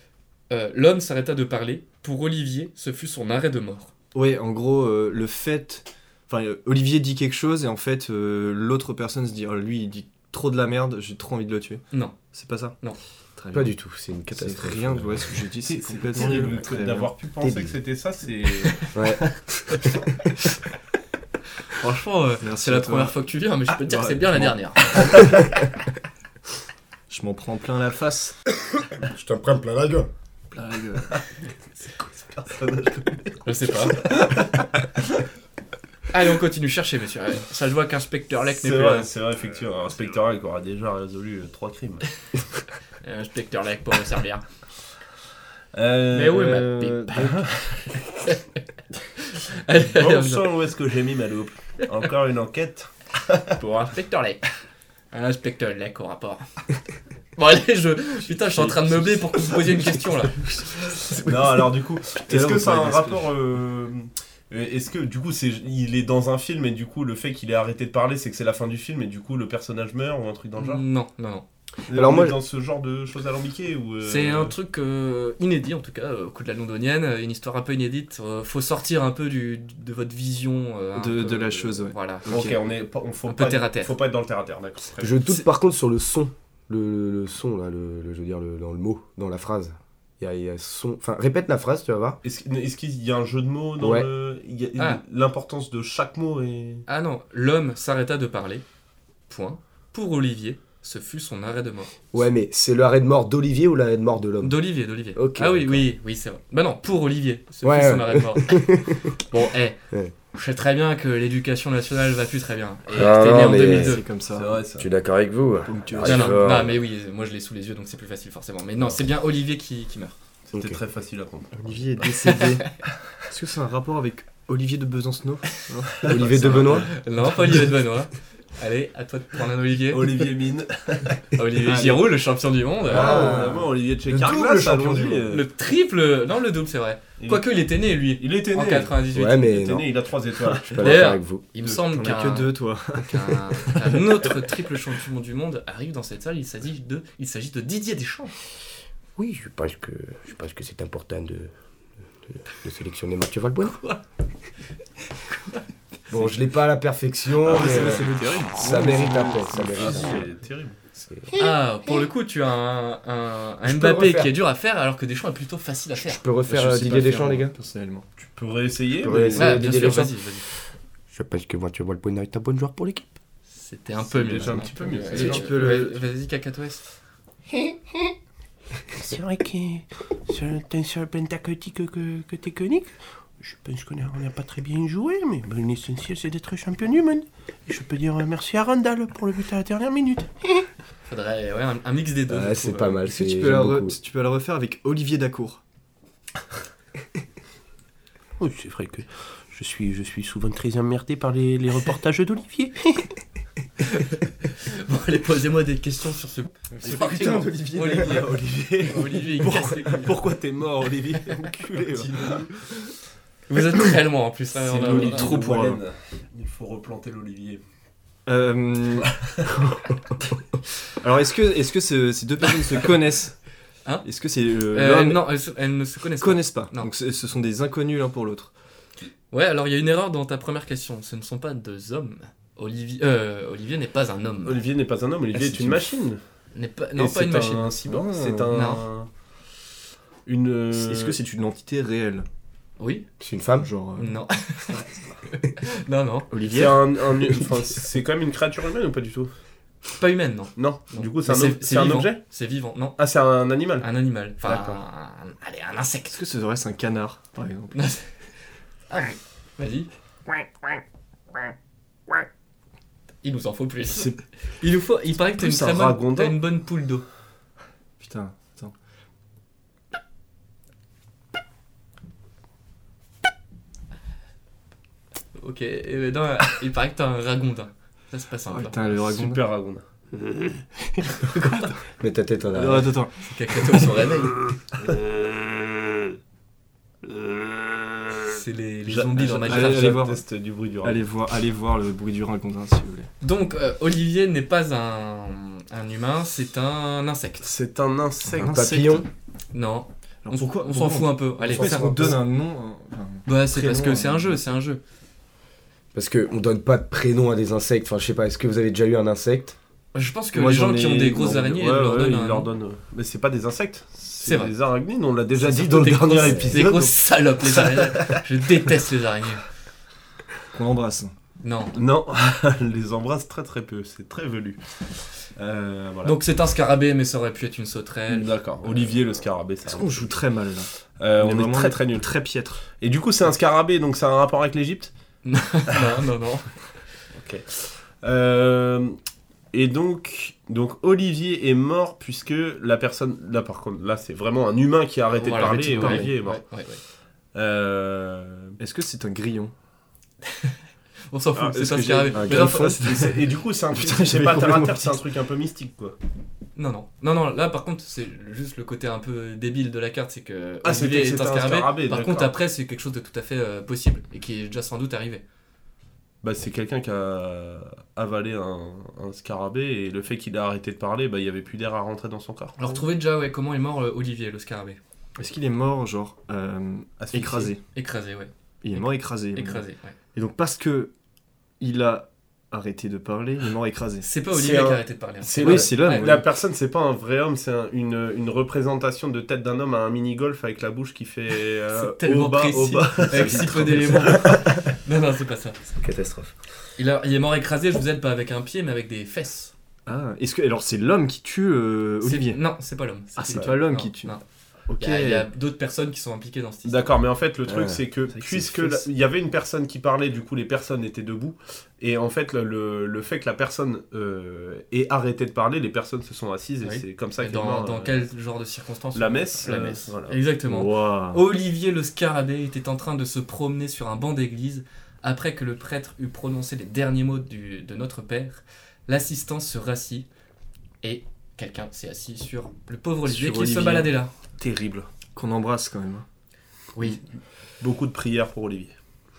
Euh, L'homme s'arrêta de parler, pour Olivier, ce fut son arrêt de mort.
Ouais, en gros, euh, le fait. Enfin, euh, Olivier dit quelque chose et en fait, euh, l'autre personne se dit Ah, lui, il dit trop de la merde, j'ai trop envie de le tuer.
Non.
C'est pas ça
Non.
Très
Pas
bien.
du tout, c'est une
C'est
catastrophe.
rien, ouais, ce que j'ai dit, c'est
C'est c'est
complètement
terrible
nul.
que
Très bien.
d'avoir pu penser
Débile.
que c'était ça, c'est.
Ouais.
Franchement, euh,
Merci
c'est la
à toi.
première fois que tu viens, mais je peux te dire que c'est bien la
Ouais.
dernière.
Je m'en prends plein la face.
Je t'en prends plein la gueule.
Plein la gueule.
Je sais pas. Allez, on continue chercher, monsieur. Allez, Ça, je vois qu'inspecteur Lec
C'est
n'est plus là.
vrai, c'est vrai, effectivement. Un inspecteur qui aura déjà résolu euh, trois crimes.
Euh, Inspecteur Lec pour me servir.
Euh,
Mais oui, ma
euh,
pipe.
donc-
euh,
Allez, allez,
Bon
on y va.
sang, où est-ce que j'ai mis ma loupe Encore une enquête
pour inspecteur Lec. Un inspecteur Lec au rapport. Bon, allez, je. Putain, je suis en train de meubler pour que vous posiez une question là.
Non, alors du coup, est-ce
on
que ça a
parle
un
d'esprit.
rapport euh, euh, Est-ce que du coup, c'est, il est dans un film et du coup, le fait qu'il ait arrêté de parler, c'est que c'est la fin du film et du coup, le personnage meurt ou un truc dans le genre
Non, non, non.
Alors,
On est
moi,
dans ce genre de choses alambiquées ou euh,
C'est un truc euh, inédit en tout cas, euh, au coup de la londonienne, euh, une histoire un peu inédite. Euh, faut sortir un peu du, de votre vision. euh, un
De-
peu,
de la
euh,
chose, ouais.
Voilà.
Ok, on est, pas- on faut
Un peu
pas,
terre à terre.
faut pas être dans le terre à terre, d'accord. très bien.
Je doute par contre sur le son, le, le- le son là, le, le- je veux dire le- dans le mot, dans la phrase. Il y a, il y a son. Enfin, répète la phrase, tu vas voir.
Est-ce, est-ce qu'il y a un jeu de mots dans
Ouais.
le- il y a-
Ah.
l'importance de chaque mot et
Ah non, l'homme s'arrêta de parler. Point. Pour Olivier, ce fut son arrêt de mort.
Ouais, mais c'est l'arrêt de mort d'Olivier ou l'arrêt de mort de l'homme
D'Olivier, d'Olivier.
Ok,
ah oui,
d'accord.
oui, oui, c'est vrai. Bah non, pour Olivier, ce
Ouais,
fut son
ouais.
arrêt de mort. bon, eh,
Ouais.
je sais très bien que l'éducation nationale va plus très bien. Et
Non,
t'es né
non,
en
mais-
2002.
C'est comme ça.
Je suis d'accord avec vous.
Ponctuel.
Ah,
Non, non,
d'accord.
non, mais oui, moi je l'ai sous les yeux donc c'est plus facile forcément. Mais non, c'est bien Olivier qui, qui meurt.
C'était
Ok.
très facile à comprendre.
Olivier est décédé. Est-ce que c'est un rapport avec Olivier de Besancenot
Olivier de Benoît
Non, pas Olivier de Benoît. Allez, à toi de prendre un Olivier.
Olivier Mine.
Olivier Giroud, le champion du monde.
Ah, vraiment, Olivier
Le
Tchekar,
double champion du monde.
Le triple, non, le double, c'est vrai.
Il-
Quoique il était né, lui,
euh, Il était né.
en 98.
Ouais,
Il
mais
était
non.
né, il a trois étoiles.
Je suis pas
D'ailleurs,
d'accord avec vous.
Il me semble
T'en as
qu'un
que deux, toi.
qu'un- qu'un autre triple champion du monde arrive dans cette salle. Il s'agit de, il s'agit de Didier Deschamps.
Oui, je pense que je pense que c'est important de, de, de sélectionner Mathieu Valbuena. Bon, je l'ai pas à la perfection,
Ah, mais
mais
c'est-
euh,
c'est le terrible.
ça
Ouais,
mérite
c'est-
un point. Ça
c'est-
mérite
c'est-
un point.
c'est
terrible.
Ah, pour le coup, tu as un, un- un
Je peux le
Mbappé
refaire.
qui est dur à faire alors que Deschamps est plutôt facile à faire.
Je peux refaire euh, Didier Deschamps, les gars
Personnellement.
Tu peux réessayer
Je peux
mais-
réessayer
Ouais, Ah, bien
Didier
sûr,
Deschamps.
vas-y, vas-y.
Je pense que moi, tu vois, le bonheur est un bon joueur pour l'équipe.
C'était un peu mieux.
déjà un
là.
petit peu mieux,
Allez,
c'est
tu
gentil.
peux le. Vas-y, Cacatoès. West.
C'est vrai que sur le, t'es sur le pentaceutique que, que t'es conique, je pense qu'on n'a on a pas très bien joué, mais ben, l'essentiel c'est d'être champion du monde. Et je peux dire euh, merci à Randall pour le but à la dernière minute.
Faudrait ouais, un, un mix des deux. euh, je
Ah,
trouve, ouais.
Est-ce que tu peux, la re- tu peux la refaire avec Olivier Dacour
Oui, c'est vrai que je suis, je suis souvent très emmerdé par les, les reportages d'Olivier.
Bon, allez, posez-moi des questions sur ce.
C'est pas putain d'Olivier.
Olivier, Olivier, Olivier, il
Pourquoi-
casse les couilles.
pourquoi t'es mort, Olivier Enculé, va.
Vous êtes très loin en plus.
C'est
hein, on a-
l'Olivier
on a-
trop pour
Wallen. Il faut replanter l'olivier.
Euh, Alors, est-ce que, est-ce que ce- ces deux personnes se connaissent
Hein
Est-ce que c'est euh,
Euh,
l'homme-
non, elles, se- elles ne se connaissent pas.
connaissent pas.
Non.
Donc, ce ce sont des inconnus l'un pour l'autre.
Ouais, alors il y a une erreur dans ta première question. Ce ne sont pas deux hommes. Olivier, euh, Olivier n'est pas un homme.
Olivier n'est pas un homme, Olivier
Ah,
est
c'est
une
une-
machine.
N'est pas- non,
Et
pas une machine.
C'est un cyborg,
Ah.
c'est un.
Non.
Une. euh,
Est-ce que c'est une entité réelle
Oui.
C'est une femme
Genre. euh,
Non. non, non.
euh,
Olivier
C'est un, un- enfin, c'est quand même une créature humaine ou pas du tout
Pas humaine, non.
Non. Du coup, c'est
Mais
un, ob- c'est un
vivant.
objet
C'est vivant, non.
Ah, c'est un animal
Un animal. Enfin,
D'accord.
un, allez, un insecte. Ah
Est-ce que ce serait un canard, par exemple
Vas-y. Il nous en faut plus. Il nous faut. Il paraît que t'as une,
Plus un
très bonne-
ragondin.
t'as une bonne poule d'eau.
Putain, attends.
Ok. et ben, non, il paraît que t'as un ragondin. Ça c'est pas simple.
Oh, putain, le ragondin.
Super ragondin.
Mets ta tête en
Non,
arrière.
attends, attends.
C'est Kakato son réveil. C'est les, les zombies dans
Allez, allez
Minecraft.
voir.
teste du bruit du ragondin.
Allez voir, allez voir le bruit du ragondin, s'il vous plaît.
Donc euh, Olivier n'est pas un, un humain, c'est un insecte.
C'est un insecte.
Un
Papillon.
insecte.
Non.
Alors
on
pourquoi-
on s'en
pourquoi
fout un peu. Allez,
Pourquoi est-ce
ça-
qu'on donne un nom hein, enfin,
Bah c'est
prénom
parce
à
que c'est un jeu, c'est un jeu.
Parce qu'on donne pas de prénom à des insectes. Enfin, je sais pas, est-ce que vous avez déjà eu un insecte
Je pense que
Moi,
les gens
j'en
qui
ai-
ont des grosses
non,
araignées,
ouais,
ils leur
ouais,
donnent
ils
un
leur
nom.
donnent- Mais c'est pas des insectes,
C'est
c'est
vrai.
des araignées, on l'a déjà
C'est
dit dans le
surtout des
dernier
grosses- Des
épisode.
grosses salopes, les araignées. Je déteste les araignées.
Qu'on embrasse.
Non.
Non, elle les embrasse très très peu, c'est très velu. Euh, voilà.
Donc c'est un scarabée, mais ça aurait pu être une sauterelle.
D'accord, Olivier le scarabée, ça.
Est-ce qu'on joue très mal là
Euh, on, est
vraiment
très très nul.
Très piètre.
Et du coup, c'est un scarabée, donc ça a un rapport avec l'Egypte
non, non, non.
Ok. Euh, et donc, donc Olivier est mort puisque la personne. Là, par contre, là, c'est vraiment un humain qui a arrêté
On
de
va
parler
arrêter
et
de parler.
Olivier est mort.
Ouais, ouais, ouais.
Euh,
Est-ce que c'est un grillon
On s'en fout,
ah,
c'est
est-ce
un
que j'ai-
scarabée.
Ah,
Mais
quelle
là,
faute. Et c'est- Et du coup, c'est un
Putain,
truc, c'est
j'avais
pas terre à
complètement
terre, c'est un truc un peu mystique quoi.
Non, non, non, non, là par contre, c'est juste le côté un peu débile de la carte, c'est que
Ah,
Olivier
c'était-
est
c'était
un
un
scarabée.
scarabée,
Par
d'accord.
contre, après, c'est quelque chose de tout à fait euh, possible et qui est déjà sans doute arrivé.
Bah, c'est quelqu'un qui a avalé un, un scarabée et le fait qu'il a arrêté de parler, bah, il y avait plus d'air à rentrer dans son corps.
Alors, trouvez déjà ouais, comment est mort euh, Olivier, le scarabée.
Est-ce qu'il est mort, genre, euh,
Asphyxié.
écrasé
Écrasé, ouais.
Il est mort écrasé.
Écrasé, ouais.
Et donc, parce que il a arrêté de parler, il est mort écrasé.
C'est pas
C'est
Olivier
un-
qui a arrêté de parler. hein.
c'est
Oui,
le-
c'est l'homme.
Ouais,
oui.
La personne, c'est pas un vrai homme, c'est un- une, une représentation de tête d'un homme à un mini-golf avec la bouche qui fait. euh,
C'est tellement
au bas,
précis,
au bas.
avec si peu d'éléments. non, non, c'est pas ça.
Catastrophe.
Il, a- il est mort écrasé, je vous aide pas avec un pied, mais avec des fesses.
Ah, est-ce que. Alors, c'est l'homme qui tue euh,
C'est-
Olivier
Non, c'est pas l'homme.
Ah, c'est
Olivier.
pas l'homme
Non,
qui tue.
non.
Ok.
Il y a, il y a d'autres personnes qui sont impliquées dans cette histoire.
D'accord, mais en fait, le truc,
Ah,
c'est que
vrai que
puisque
c'est
la-
fausse.
il y avait une personne qui parlait, du coup, les personnes étaient debout. Et en fait, le- le, le fait que la personne euh, ait arrêté de parler, les personnes se sont assises et
Oui.
c'est comme ça
Et
qu'est
Dans,
mort,
dans
euh,
quel genre de circonstances
La messe
La
euh,
messe.
voilà.
Exactement. Oh.
Waouh.
Olivier le scarabée était en train de se promener sur un banc d'église après que le prêtre eut prononcé les derniers mots du- de notre père. L'assistant se rassit et quelqu'un s'est assis sur le pauvre Olivier
Sur
qui se
Olivier.
baladait là.
Terrible.
Qu'on embrasse quand même. hein.
Oui,
Beaucoup de prières pour Olivier.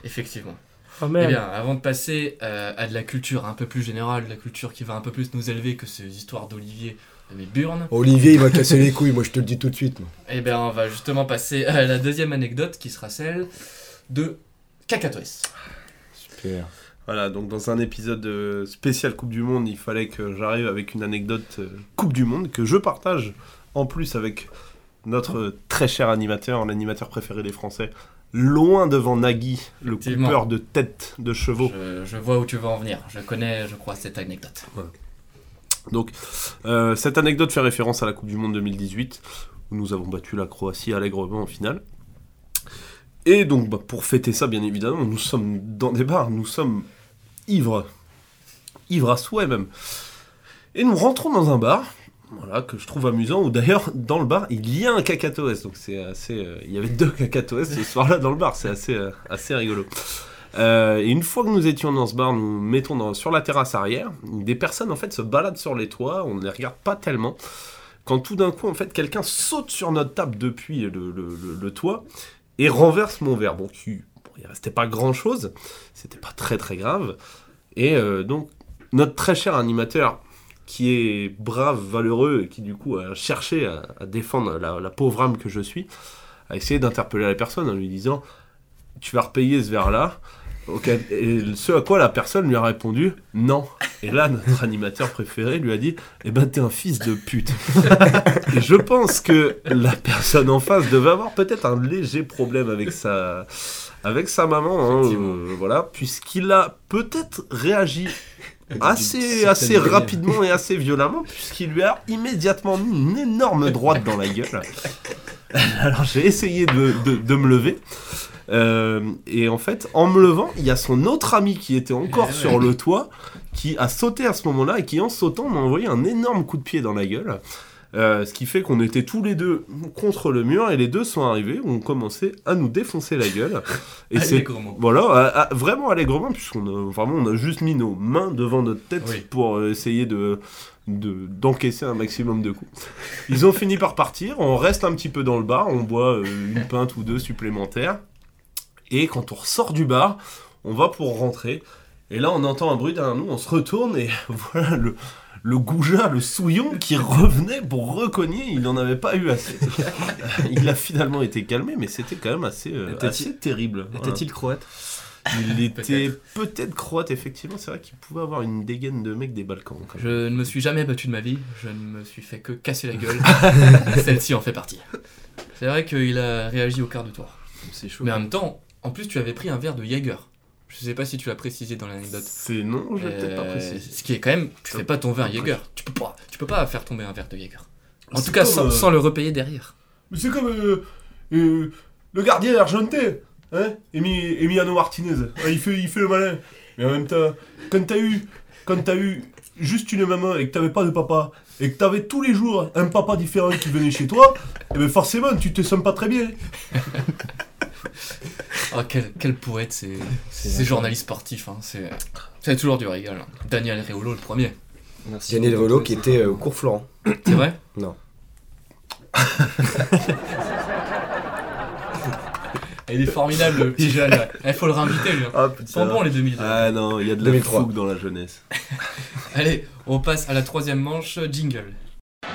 effectivement.
Ah,
Oh
Eh
merde.
bien, avant de passer euh, à de la culture un peu plus générale, la culture qui va un peu plus nous élever que ces histoires d'Olivier mais Burne,
Olivier, il m'a cassé les couilles, moi je te le dis tout de suite. moi.
eh bien, on va justement passer à la deuxième anecdote qui sera celle de Cacatoès.
Super.
Voilà, donc dans un épisode euh, spécial Coupe du Monde, il fallait que j'arrive avec une anecdote euh, Coupe du Monde que je partage en plus avec notre euh, très cher animateur, l'animateur préféré des Français, loin devant Nagui, le
Effectivement.
coupeur de tête de chevaux.
Je, je vois où tu veux en venir. Je connais, je crois, cette anecdote.
Donc, euh, cette anecdote fait référence à la Coupe du Monde 2018, où nous avons battu la Croatie allègrement en finale. Et donc, bah, pour fêter ça, bien évidemment, nous sommes dans des bars, nous sommes ivres. Ivres à souhait, même. Et nous rentrons dans un bar, voilà, que je trouve amusant, où d'ailleurs, dans le bar, il y a un cacatoès. Donc, c'est assez. euh, il y avait deux cacatoès ce soir-là dans le bar, c'est assez, euh, assez rigolo. Euh, et une fois que nous étions dans ce bar, nous mettons dans- sur la terrasse arrière. Des personnes en fait se baladent sur les toits, on ne les regarde pas tellement. Quand tout d'un coup, en fait, quelqu'un saute sur notre table depuis le, le- le- le toit et renverse mon verre. Bon, qui- bon, il restait pas grand chose, c'était pas très très grave. Et euh, donc, notre très cher animateur, qui est brave, valeureux, et qui du coup a cherché à, à défendre la, la pauvre âme que je suis, a essayé d'interpeller la personne en lui disant tu vas repayer ce verre-là. Ok, Et ce à quoi la personne lui a répondu non. Et là, notre animateur préféré lui a dit Eh ben, t'es un fils de pute. Et je pense que la personne en face devait avoir peut-être un léger problème avec sa, avec sa maman. hein, euh, voilà, puisqu'il a peut-être réagi assez,
certaine
assez
manière.
rapidement et assez violemment, puisqu'il lui a immédiatement mis une énorme droite dans la gueule. Alors j'ai essayé de, de- de me lever. Euh, et en fait, en me levant, il y a son autre ami qui était encore sur le toit, qui a sauté à ce moment-là et qui, en sautant, m'a envoyé un énorme coup de pied dans la gueule. Euh, ce qui fait qu'on était tous les deux contre le mur et les deux sont arrivés, ont commencé à nous défoncer la gueule.
Ah,
Et c'est
Allègrement.
voilà, à- à- vraiment allègrement puisqu'on a vraiment on a juste mis nos mains devant notre tête pour euh, essayer de de- d'encaisser un maximum de coups. Ils ont fini par partir, on reste un petit peu dans le bar, on boit euh, une pinte ou deux supplémentaires. Et quand on ressort du bar, on va pour rentrer. Et là, on entend un bruit derrière nous, on se retourne et voilà le, le goujat, le souillon qui revenait pour recogner. Il n'en avait pas eu assez. il a finalement été calmé, mais c'était quand même assez, euh,
Était-il-
assez terrible.
était-il
croate Il était peut-être croate, effectivement. C'est vrai qu'il pouvait avoir une dégaine de mec des Balkans. quand même.
Je ne me suis jamais battu de ma vie, je ne me suis fait que casser la gueule. Celle-ci en fait partie. C'est vrai qu'il a réagi au quart de tour.
C'est chaud.
Mais en même temps, en plus, tu avais pris un verre de Jaeger. Je sais pas si tu l'as précisé dans l'anecdote. Euh,
C'est non, je
Euh,
l'ai peut-être pas précisé.
Ce qui est quand même, tu fais pas tomber un
Après.
Jaeger. Tu peux pas, tu peux pas faire tomber un verre de Jaeger. En
C'est
tout cas,
comme,
sans,
euh,
sans le repayer derrière.
Mais c'est comme euh, euh, le gardien d'Argenté, hein Emi- Emiliano Martinez. Ah, il, fait, il fait le malin. Mais en même temps, quand t'as eu, quand t'as eu juste une maman et que t'avais pas de papa, et que t'avais tous les jours un papa différent qui venait chez toi, eh ben forcément, tu te sens pas très bien.
Ah, quel, quel poète, ces, ces journalistes sportifs. hein, C'est c'est toujours du régal. hein. Daniel Riolo, le premier.
Daniel Relo qui était euh, au cours Florent.
C'est vrai
Non.
Il est Euh. formidable, le petit jeune. là. Il faut le réinviter, lui. hein.
Ah, putain.
Ils sont bons, les 2000.
Ah non, il y a de la
2003.
fougue dans la jeunesse.
Allez, on passe à la troisième manche, jingle.
Euh,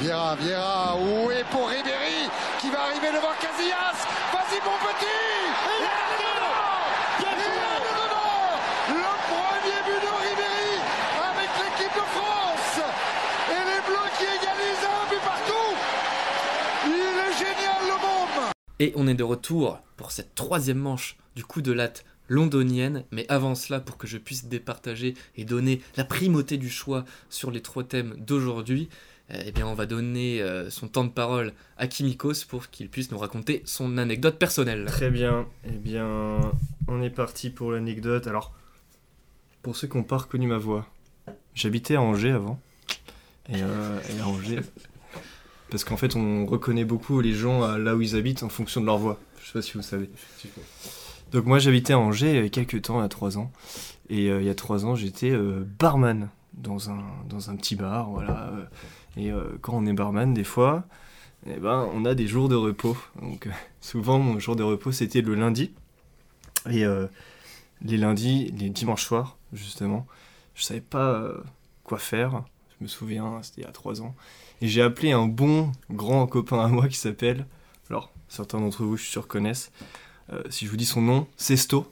Viera, Viera, où est pour Ribéry qui va arriver devant Casillas Vas-y mon petit Et là, dedans Et là, dedans Le premier but de Ribéry avec l'équipe de France Et les Bleus qui égalisent un but partout Il est génial le môme
Et on est de retour pour cette troisième manche du coup de latte londonienne. Mais avant cela, pour que je puisse départager et donner la primauté du choix sur les trois thèmes d'aujourd'hui, euh, eh bien on va donner euh, son temps de parole à Kimikos pour qu'il puisse nous raconter son anecdote personnelle.
Très bien. Eh bien, on est parti pour l'anecdote. Alors, pour ceux qui n'ont pas reconnu ma voix, j'habitais à Angers avant. Et, euh, et à Angers. Parce qu'en fait, on reconnaît beaucoup les gens à là où ils habitent en fonction de leur voix. Je sais pas si vous savez. Donc, moi, j'habitais à Angers il y a quelques temps, il y a 3 ans. Et euh, il y a 3 ans, j'étais euh, barman dans un, dans un petit bar. Voilà. euh. Et euh, quand on est barman, des fois, eh ben, on a des jours de repos. Donc, euh, souvent, mon jour de repos, c'était le lundi. Et euh, les lundis, les dimanches soirs, justement, je savais pas euh, quoi faire. Je me souviens, c'était il y a trois ans. Et j'ai appelé un bon, grand copain à moi qui s'appelle. Alors, certains d'entre vous, je suis sûr, connaissent. euh, si je vous dis son nom, Sesto.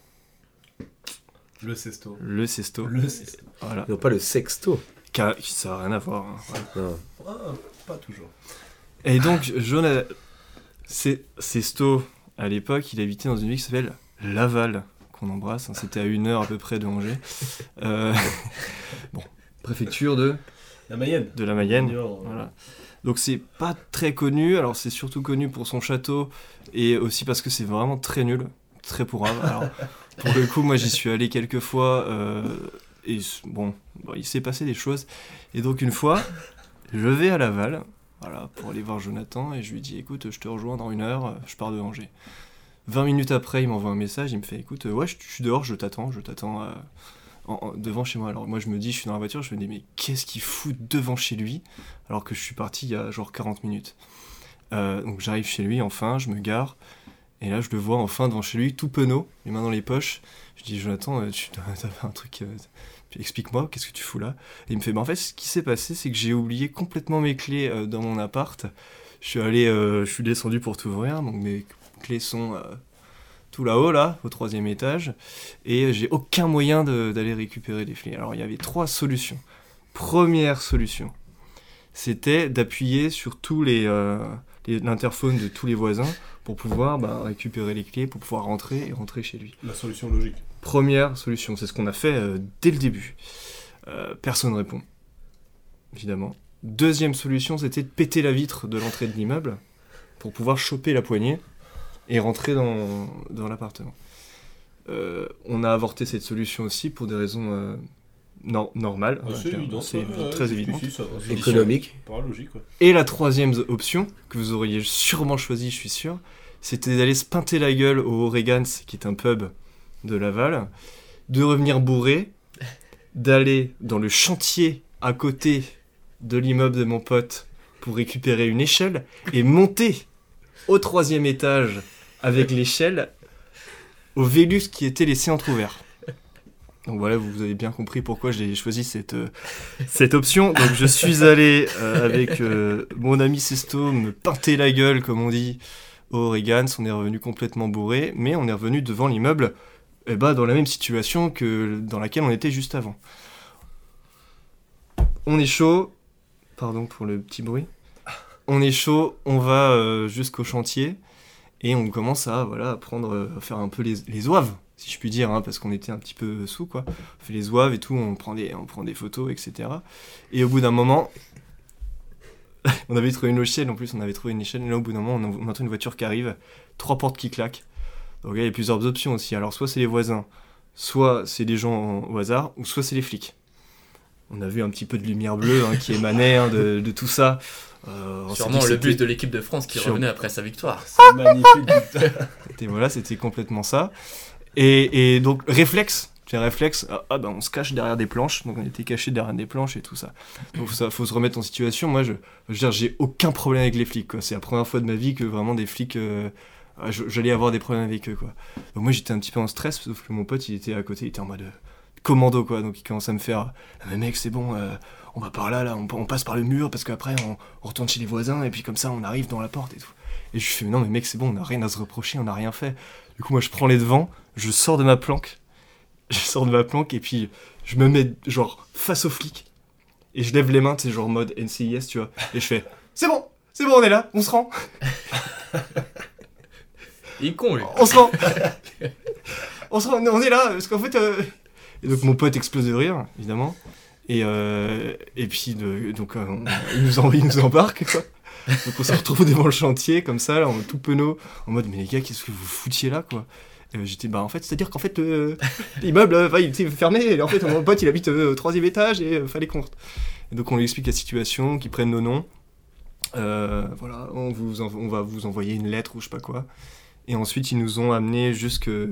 Le Sesto.
Le Sesto.
Le Sesto.
Voilà.
Non, pas le Sexto.
Qu'a- Ça n'a rien à voir. hein.
Ah, pas toujours.
Et donc, Jonah, c'est Sesto, à l'époque, il habitait dans une ville qui s'appelle Laval, qu'on embrasse. hein, C'était à une heure à peu près de Angers. Euh, bon, préfecture de
La Mayenne.
De la Mayenne.
Junior, euh.
Voilà. Donc c'est pas très connu. Alors c'est surtout connu pour son château et aussi parce que c'est vraiment très nul, très pourrave. Alors pour le coup, moi j'y suis allé quelques fois euh, et s- bon, bon, il s'est passé des choses. Et donc une fois, je vais à Laval, voilà, pour aller voir Jonathan et je lui dis écoute, je te rejoins dans une heure, euh, je pars de Angers. 20 minutes après, il m'envoie un message, il me fait écoute, euh, ouais, je je suis dehors, je t'attends, je t'attends euh, en- en- devant chez moi. Alors moi je me dis, je suis dans la voiture, je me dis mais qu'est-ce qu'il fout devant chez lui alors que je suis parti il y a genre 40 minutes. Euh, donc j'arrive chez lui enfin, je me gare et là je le vois enfin devant chez lui tout penaud, les mains dans les poches. Je dis Jonathan, euh, tu t'as t'as fait un truc, euh, puis explique-moi qu'est-ce que tu fous là. Et il me fait bah en fait ce qui s'est passé c'est que j'ai oublié complètement mes clés euh, dans mon appart. Je suis allé, euh, je suis descendu pour t'ouvrir donc mes clés sont euh, tout là-haut, là, au troisième étage, et j'ai aucun moyen de- d'aller récupérer les clés. Alors il y avait trois solutions. Première solution, c'était d'appuyer sur tous les, euh, les- l'interphone de tous les voisins pour pouvoir bah, récupérer les clés, pour pouvoir rentrer et rentrer chez lui.
La solution logique.
Première solution, c'est ce qu'on a fait euh, dès le début. Euh, personne ne répond, évidemment. Deuxième solution, c'était de péter la vitre de l'entrée de l'immeuble pour pouvoir choper la poignée et rentrer dans, dans l'appartement. Euh, on a avorté cette solution aussi pour des raisons euh, nor- normales,
Ouais,
hein,
c'est
clair-
évident,
c'est
ouais, ouais,
très
si,
évident,
si, ça va.
Et-
Économique. Par logique, ouais.
Et la troisième option, que vous auriez sûrement choisi, je suis sûr, c'était d'aller se pinter la gueule au O'Regan's, qui est un pub de Laval, de revenir bourré, d'aller dans le chantier à côté de l'immeuble de mon pote pour récupérer une échelle et monter au troisième étage avec l'échelle au Vélus qui était laissé entrouvert. Donc voilà, vous vous avez bien compris pourquoi j'ai choisi cette, euh, cette option. Donc je suis allé euh, avec euh, mon ami Sesto me pinter la gueule, comme on dit, au Reagan's. On est revenu complètement bourré, mais on est revenu devant l'immeuble eh ben, dans la même situation que dans laquelle on était juste avant. On est chaud. Pardon pour le petit bruit. On est chaud, on va euh, jusqu'au chantier et on commence à voilà à prendre euh, à faire un peu les, les ouaves si je puis dire hein, parce qu'on était un petit peu sous quoi. On fait les ouaves et tout, on prend des on prend des photos etc. Et au bout d'un moment on avait trouvé une échelle en plus on avait trouvé une échelle et là au bout d'un moment on, en- on entend une voiture qui arrive, trois portes qui claquent. Donc là, il y a plusieurs options aussi. Alors soit c'est les voisins, soit c'est des gens au hasard ou soit c'est les flics. On a vu un petit peu de lumière bleue hein, qui émanait hein, de, de tout ça. Euh, on s'est dit
Sûrement
que
le
c'était-
but de l'équipe de France qui
Sûrement.
revenait après sa victoire.
Et voilà, c'était complètement ça. Et, et donc, réflexe, c'est un réflexe, ah, ah, ben, on se cache derrière des planches, donc on était caché derrière des planches et tout ça. Donc ça, faut se remettre en situation. Moi, je, je veux dire, j'ai aucun problème avec les flics, quoi. C'est la première fois de ma vie que vraiment des flics, euh, ah, je- j'allais avoir des problèmes avec eux, quoi. Donc moi, j'étais un petit peu en stress, sauf que mon pote, il était à côté, il était en mode euh, commando, quoi. Donc il commence à me faire, ah, mais mec, c'est bon, euh, on va par là, là, on, on passe par le mur, parce qu'après, on, on retourne chez les voisins, et puis comme ça, on arrive dans la porte et tout. Et je lui fais, mais non, mais mec, c'est bon, on n'a rien à se reprocher, on n'a rien fait. Du coup, moi, je prends les devants, je sors de ma planque, je sors de ma planque, et puis je me mets, genre, face aux flics, et je lève les mains, tu sais, genre, mode NCIS, tu vois, et je fais, c'est bon, c'est bon, on est là, on se rend.
Il est con, lui.
On se rend. on se rend, on est là, parce qu'en fait. euh, Et donc mon pote explose de rire, évidemment. Et, euh, et puis, de- donc, euh, on- il, nous en- il nous embarque, quoi. Donc on se retrouve devant le chantier, comme ça, là, en tout penaud, en mode, mais les gars, qu'est-ce que vous foutiez là, quoi Et, euh, J'étais, bah en fait, c'est-à-dire qu'en fait, le- l'immeuble, euh, bah, il était fermé, et en fait, mon pote, il habite euh, au troisième étage, et euh, fallait qu'on. rentre. Et donc on lui explique la situation, qu'ils prennent nos noms. Euh, voilà, on, vous env- on va vous envoyer une lettre ou je sais pas quoi. Et ensuite, ils nous ont amenés jusqu'au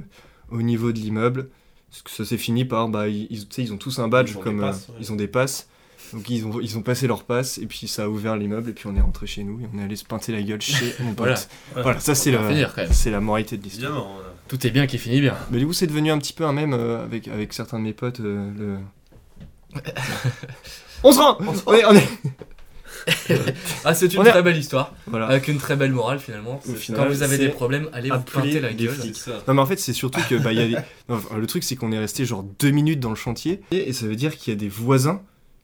niveau de l'immeuble. Parce que Ça s'est fini par, bah, ils, ils- tu sais, ils ont tous un badge,
Ils ont des
comme euh,
passes, ouais.
ils ont des passes. Donc ils ont, ils ont passé leur passe, et puis ça a ouvert l'immeuble, et puis on est rentré chez nous, et on est allé se pinter la gueule chez mon pote.
Voilà.
voilà. ça
On
c'est
va
la,
finir, quand même.
c'est la moralité de l'histoire.
Évidemment, voilà. Tout est bien qui finit bien.
Mais du coup, c'est devenu un petit peu un même avec, avec certains de euh, mes potes. euh, le... on se rend On est- on est-
ah, c'est une
On est-
très belle histoire.
Voilà.
Avec une très belle morale finalement.
Au
C'est-
final,
Quand vous avez
c'est
des problèmes, allez vous
appeler
pinter la
les
gueule.
flics. Non mais en fait c'est surtout que bah, il y a des- non, enfin, le truc c'est qu'on est resté genre deux minutes dans le chantier et, et ça veut dire qu'il y a des voisins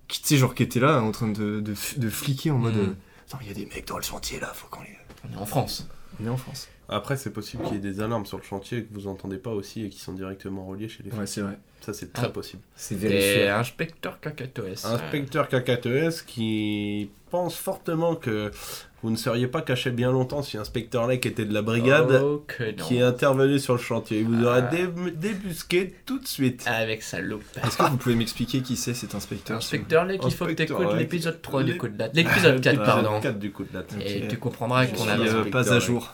qui tu sais genre qui étaient là en train de, de, f- de fliquer en mode
Mhm.
euh, attends il y a des mecs dans le chantier là faut qu'on les
on est en France
on est en France
Après, c'est possible qu'il y ait des alarmes sur le chantier et que vous entendez pas aussi et qui sont directement reliés chez les
Ouais,
flics.
c'est vrai.
Ça, c'est très
Ah.
possible.
C'est vérifié. Et inspecteur Kakatoès.
Inspecteur Kakatoès E qui pense fortement que vous ne seriez pas caché bien longtemps si Inspecteur Lake était de la brigade
Oh, que non.
qui est intervenu sur le chantier. Il vous aurait
Ah.
dé- débusqué tout de suite.
Avec sa loupe.
est-ce que vous pouvez m'expliquer qui c'est cet inspecteur
Inspecteur Lake, il faut que
Inspecteur
t'écoutes
Lake.
l'épisode 3 du
L'ép-
coup de latte. L'épisode 4,
L'épisode
pardon.
4 du coup de latte.
Et
Ok.
tu comprendras
Je
qu'on
suis,
a.
euh, pas à jour.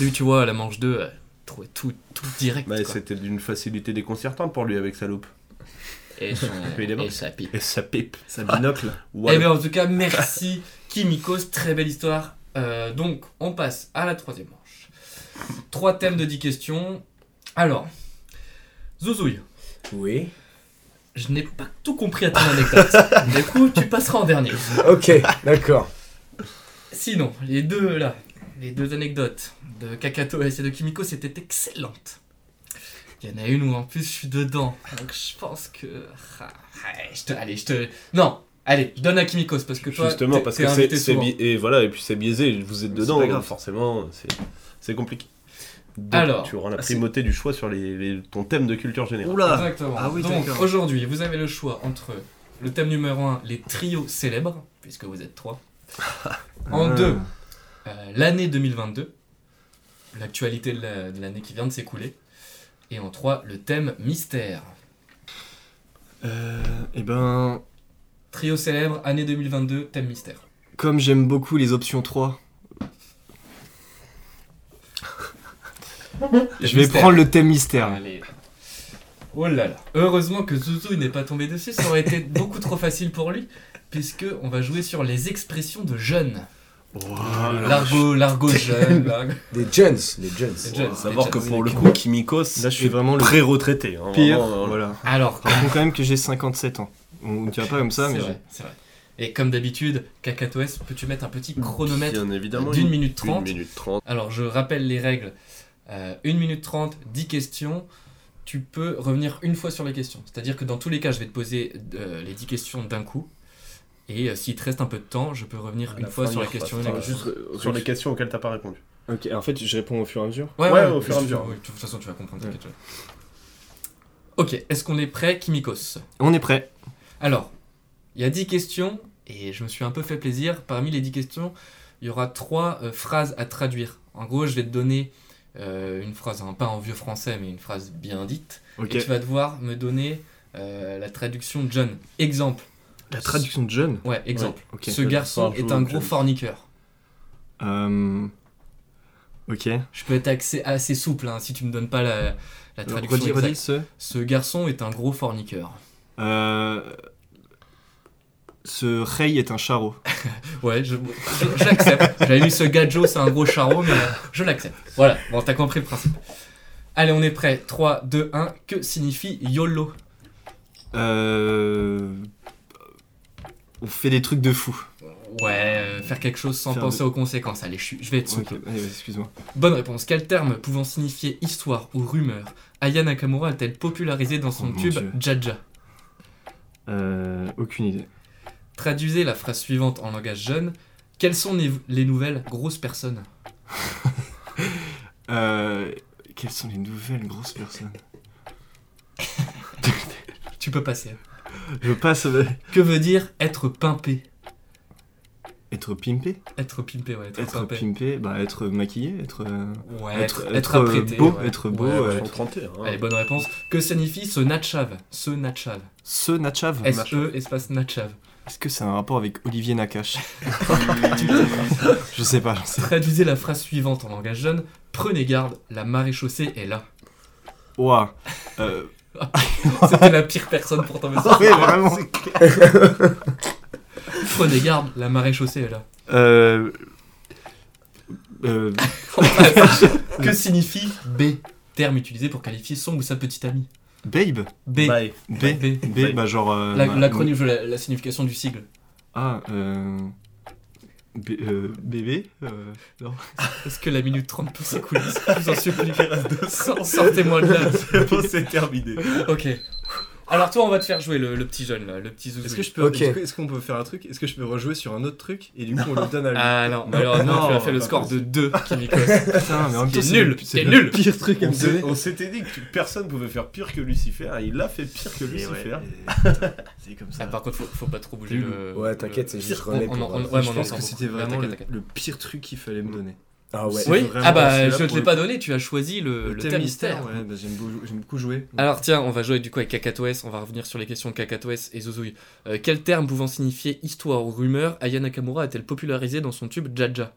Lui, tu vois, la manche 2, euh, trouvait tout, tout direct.
Bah,
quoi.
c'était d'une facilité déconcertante pour lui avec sa loupe.
Et, son-
Il est bon.
et sa pipe.
Et sa pipe.
Sa binocle.
Voilà.
Eh bien, en tout cas, merci Kimikos, très belle histoire. Euh, donc, on passe à la troisième manche. Trois thèmes de 10 questions. Alors, Zouzouille.
Oui.
Je n'ai pas tout compris à ton anecdote. du coup, tu passeras en dernier.
Ok, d'accord.
Sinon, les deux là, les deux anecdotes de Kakato et de Kimiko, c'était excellente. Il y en a une où en plus je suis dedans. Donc je pense que. Ah, ouais, je te... Allez, je te. Non! Allez, je donne à Kimikos parce que toi.
Justement,
t'es-
parce
t'es
que c'est
invité
c'est
souvent.
bi- et voilà et puis c'est biaisé, vous êtes
Mais c'est
dedans,
pas grave.
forcément, c'est c'est compliqué. Donc,
Alors, ah,
tu auras la
c'est-
primauté du choix sur les, les- ton thème de culture générale.
Exactement.
Ah
Donc aujourd'hui, vous avez le choix entre le thème numéro 1, les trios célèbres, puisque vous êtes trois. en
Euh.
Ah.
2, l'année 2022, l'actualité de la- de l'année qui vient de s'écouler. Et en 3, le thème mystère.
et Euh, ben
Trio célèbre, année 2022, thème mystère.
comme j'aime beaucoup les options 3 je vais
mystère.
prendre le thème mystère
Allez. Oh là là. Heureusement que Zouzou n'est pas tombé dessus, ça aurait été beaucoup trop facile pour lui, puisque on va jouer sur les expressions de jeunes. L'argot, l'argot jeune, l'argot-
Des jeunes, des jeunes.
Des jeunes,
Savoir
des
que
jeunes.
pour le coup, Kimikos,
Là, je suis vraiment le
pré-retraité. hein,
pire.
vraiment, euh,
voilà.
Alors,
raconte quand même que j'ai 57 ans. On ne dira pas comme ça,
C'est
mais
vrai, c'est vrai. Et comme d'habitude, Kakatoès, peux-tu mettre un petit chronomètre
Bien évidemment,
d'une
une-
minute trente
une minute trente.
Alors, je rappelle les règles. Euh, une minute trente, dix questions. Tu peux revenir une fois sur les questions. C'est-à-dire que dans tous les cas, je vais te poser euh, les dix questions d'un coup. Et euh, s'il te reste un peu de temps, je peux revenir une
la
fois
fin,
sur
il
les questions.
repasse.
une
Enfin,
question.
juste, euh, sur les questions auxquelles t'as pas répondu.
Ok, en fait, je réponds au fur et à mesure.
Ouais, ouais,
au fur et à
tu-
mesure.
oui, de toute façon, tu vas comprendre. t'inquiète pas. Ok, est-ce qu'on est prêt, Kimikos
On est prêt.
Alors, il y a 10 questions, et je me suis un peu fait plaisir. Parmi les 10 questions, il y aura trois euh, phrases à traduire. En gros, je vais te donner euh, une phrase, hein, pas en vieux français, mais une phrase bien dite.
Ok.
Et tu vas devoir me donner euh, la traduction de John. Exemple.
La traduction de John
Ouais, exemple.
Ouais, ok.
Ce garçon
Bonsoir,
est
John.
un gros forniqueur.
Euh, Ok.
Je peux être axé- assez souple hein, si tu me donnes pas la, la
Alors,
traduction
redis,
exacte.
redis, ce-
ce garçon est un gros forniqueur.
Euh, Ce Rey est un charreau.
Ouais, je, je- je l'accepte. J'avais mis ce gadjo, c'est un gros charreau, mais je l'accepte. Voilà, bon, t'as compris le principe. Allez, on est prêt. 3, 2, 1. Que signifie YOLO
Euh, On fait des trucs de fou.
Ouais, euh, faire quelque chose sans
Faire
penser
de-
aux conséquences. Allez, je, suis- je vais être souple.
Ok, allez, excuse-moi.
Bonne réponse. Quel terme pouvant signifier histoire ou rumeur Aya Nakamura a-t-elle popularisé dans son
Oh mon
tube
Dieu.
Jaja
Euh, Aucune idée.
Traduisez la phrase suivante en langage jeune. Quelles sont les, les nouvelles grosses personnes
Euh, Quelles sont les nouvelles grosses personnes
Tu peux passer.
Je passe.
Que veut dire être pimpé
Être pimpé
Être pimpé, ouais. Être,
Être
pimpé.
pimpé, bah être maquillé, être euh,
Ouais, être,
être, être,
être
euh,
apprêté,
beau,
ouais.
être beau,
Ouais,
euh,
ouais.
être-
hein.
Allez, bonne réponse. Que signifie ce natchave Ce natchave.
Ce Natchav
S-E espace natchave.
Est-ce que c'est un rapport avec Olivier Nakache Je sais pas, j'en sais pas.
Traduisez la phrase suivante en langage jeune. Prenez garde, la maréchaussée est là.
Ouah. Euh,
C'était la pire personne pour tomber sur
Ouais,
ce thème,
vraiment.
c'est clair. Prenez garde, la maréchaussée est là.
euh, euh,
que signifie B Terme utilisé pour qualifier son ou sa petite amie.
Babe
B.
B.
Ouais,
B. bah genre. euh,
La-
ma-
L'acronyme, je veux la, la signification du sigle.
Ah, euh. Bé- euh, bébé euh, Non.
Est-ce que la minute 30 peut s'écouler Je vous en supplie. Sortez-moi de là.
C'est bon, c'est terminé.
Ok. Alors toi, on va te faire jouer le, le petit jeune, là, le petit zouzou.
Est-ce que je peux est-ce que- est-ce qu'on peut faire un truc Est-ce que je peux rejouer sur un autre truc et du coup on le donne à lui
Ah non, mais alors non, tu as fait le
pas
score de
possible.
2, Kimikos.
Putain, mais en même temps,
T'es
c'est
nul,
le- c'est
t'es
le
nul.
pire truc à
On
me
s'est-
donner.
on s'était dit que personne pouvait faire pire que Lucifer et il a fait pire que
Et ouais,
Lucifer.
C'est comme ça.
Ah, par contre, faut, faut pas trop bouger
Plus
le.
lourd.
le- le- on- on- on-
euh, Je
Ouais, mais on
pense
entend
que
beaucoup.
c'était
Ouais,
vraiment
t'inquiète,
le,
t'inquiète.
le pire truc qu'il fallait me donner.
Ah
C'est
Oui,
vraiment-
ah bah
c'est là
je te
pour
l'ai
le-
pas donné, tu as choisi le, le thème mystère.
ouais, bah, j'aime beaucoup, j'aime beaucoup jouer.
Alors tiens, on va jouer du coup avec Kakatoès, on va revenir sur les questions de Kakatoès et Zozouille. Euh, quel terme pouvant signifier histoire ou rumeur, Aya Nakamura a-t-elle popularisé dans son tube Jaja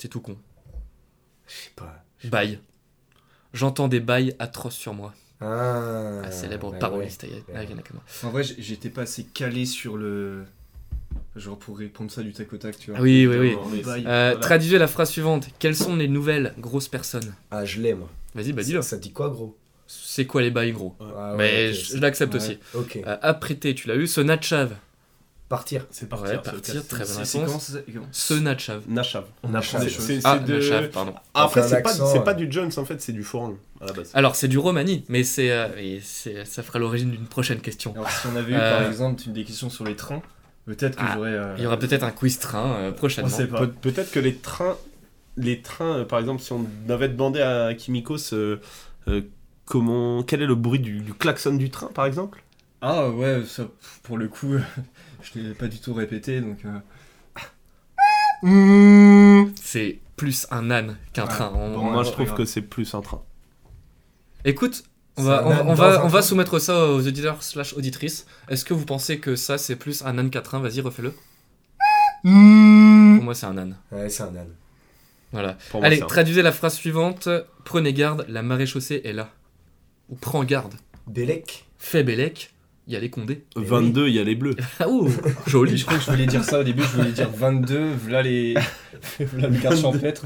C'est tout con.
Je sais pas.
Bail. J'entends des bails atroces sur moi.
Ah,
La célèbre
bah
paroliste Aya,
ouais.
Aya Nakamura.
En vrai, j'- j'étais pas assez calé sur le. Genre pour répondre ça du tac au tac, tu vois.
Ah oui, oui, oui.
Évidemment,
Bah,
mais-
Euh,
voilà.
Traduisez la phrase suivante. Quelles sont les nouvelles grosses personnes
Ah, je l'aime.
Vas-y, bah dis-le.
Ça dit quoi, gros
C'est quoi les bails gros
Ah ouais,
Mais
ok,
je,
c'est-
je l'accepte
ouais,
aussi.
ok.
Euh, apprêter, tu l'as eu. Se nachave.
Partir.
C'est
Ouais, partir, très bonne
C'est- c'est
réponse.
quand c'est-
Se nachave.
Nachave.
On apprend
C'est-
des
c'est-
choses.
c'est
Ah,
de- Ah,
Nachave, pardon.
Après,
Enfin,
c'est pas,
l'accent,
c'est
ouais.
pas du Jones en fait, c'est du Foran à la base.
Alors, c'est du romani, mais c'est, euh, et c'est- ça fera l'origine d'une prochaine question.
Alors, si on avait eu par exemple une des questions sur les trains, peut-être que
Euh. Ah,
j'aurais. euh,
Il y aura peut-être un quiz train euh, prochainement.
On sait pas. Peut- Peut-être que les trains, les trains, euh, par exemple, si on avait demandé à Kimikos euh, euh, comment, quel est le bruit du, du klaxon du train, par exemple
Ah ouais, ça pff, pour le coup, je l'ai pas du tout répété donc. euh,
C'est plus un âne qu'un
Ouais.
train. On-
Pour
on-
moi, je trouve que c'est plus un train.
Écoute, on
C'est
va,
un
on, va-
âne
on
dans
va, on
un
va
train.
soumettre ça aux auditeurs slash auditrices. Est-ce que vous pensez que ça, c'est plus un âne qu'un train Vas-y, refais-le.
Hmm.
Pour moi, c'est un âne.
Ouais, c'est un âne.
Voilà.
Pour moi,
Allez,
c'est un-
traduisez la phrase suivante. Prenez garde, la marée chaussée est là. Ou prends garde.
Bélec.
Fais Bélec, il y a les condés.
22, il y a les bleus.
Ah, ouh, joli.
Mais Je crois que je voulais dire ça au début, je voulais dire 22, voilà les. voilà le garde
22.
champêtre.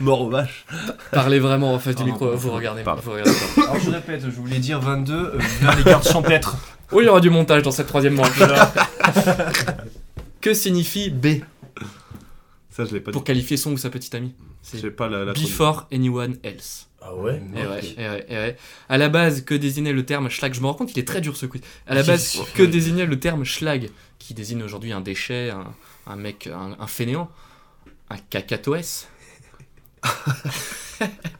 Mort aux vaches.
Parlez vraiment en face
Ah,
du
Pardon,
micro,
pardon,
vous
pardon,
regardez,
pardon.
vous regardez pas.
Alors je répète, je voulais dire 22, euh, voilà les gardes champêtres.
Oh, il y aura du montage dans cette troisième manche. déjà. que signifie B
Ça, je l'ai pas
Pour qualifier son ou sa petite amie. C'est
J'ai pas la- la
Before anyone else.
Ah ouais
Eh
Ok.
ouais, eh ouais, eh ouais. À la base, que désignait le terme schlag Je me rends compte qu'il est très dur ce quiz. À la base, que désignait le terme schlag Qui désigne aujourd'hui un déchet, un, un mec, un, un fainéant, un cacatoès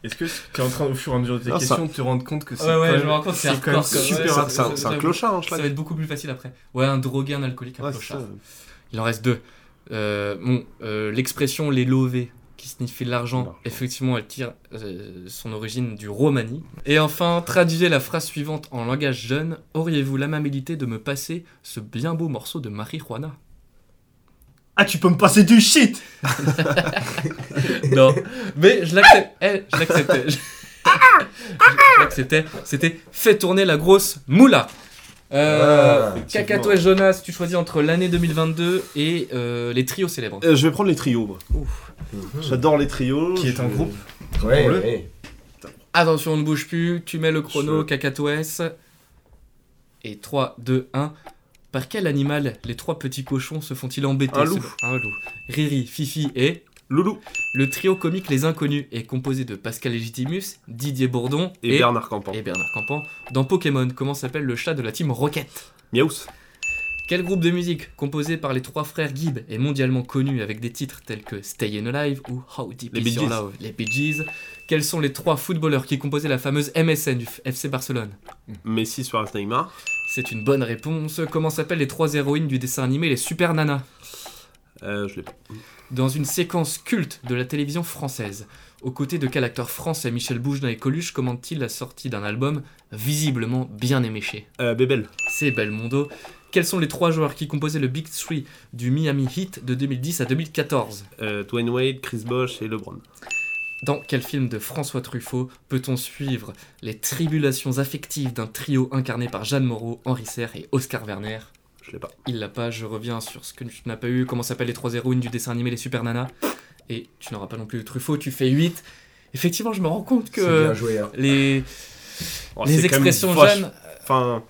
Est-ce que tu es en train, au fur et à mesure de tes
Non, ça-
questions, de te rendre compte que c'est.
Ouais, ouais,
quand même-
je me rends compte, c'est
quand même
hardcore, quoi. Ouais,
super
euh, ça-
hard.
ça- ça- ça-
clochard, hein,
Ça
Schlag.
va être beaucoup plus facile après. Ouais, un drogué, un alcoolique, un clochard. Il en reste deux. Euh, bon, euh, l'expression les lovés, qui signifie l'argent, effectivement, elle tire euh, son origine du romani. Et enfin, traduisez la phrase suivante en langage jeune. Auriez-vous l'amabilité de me passer ce bien beau morceau de marijuana
Ah, tu peux me passer du shit
Non, mais je l'accepte. Eh, je l'acceptais. Je-
Ah,
je l'acceptais. C'était fait tourner la grosse moula. Euh,
Ah, effectivement.
Cacato et Jonas, tu choisis entre l'année 2022 et euh, les trios célèbres.
Euh, je vais prendre les trios. moi. Mmh. J'adore les trios.
Qui est un
je-
groupe.
Ouais,
Prends-le.
ouais.
Attention, on ne bouge plus. Tu mets le chrono, cacatoès. Et 3, 2, 1. Par quel animal les trois petits cochons se font-ils embêter
Un
ce-
loup.
Un loup. Riri, Fifi et.
Loulou.
Le trio comique Les Inconnus est composé de Pascal Légitimus, Didier Bourdon
Et Bernard Campan.
Et Bernard Campan. Dans Pokémon, comment s'appelle le chat de la team Rocket
Miaus.
Quel groupe de musique composé par les trois frères Gibb est mondialement connu avec des titres tels que Stayin' Alive ou How Deep
Les
Is
Bee
Your
Gees.
Love Les Bee Gees. Quels sont les trois footballeurs qui composaient la fameuse MSN du F- FC Barcelone
Messi sur Neymar.
C'est une bonne réponse. Comment s'appellent les trois héroïnes du dessin animé Les Super Nanas
Euh, je l'ai pas.
Dans une séquence culte de la télévision française, aux côtés de quel acteur français Michel Bougenin et Coluche commande-t-il la sortie d'un album visiblement bien éméché
Bébel.
C'est Belmondo. Quels sont les trois joueurs qui composaient le Big Three du Miami Heat de 2010 à 2014
Euh, Dwayne Wade, Chris Bosh et LeBron.
Dans quel film de François Truffaut peut-on suivre les tribulations affectives d'un trio incarné par Jeanne Moreau, Henri Serre et Oscar Werner
Je l'ai pas.
Il l'a pas, je reviens sur ce que tu n'as pas eu, comment s'appellent les trois héroïnes du dessin animé Les Super Nanas. Et tu n'auras pas non plus le Truffaut, tu fais 8. Effectivement, je me rends compte
C'est
que
bien joué, hein.
les,
Oh,
les
c'est quand même
expressions
vache-
jeunes...
Enfin.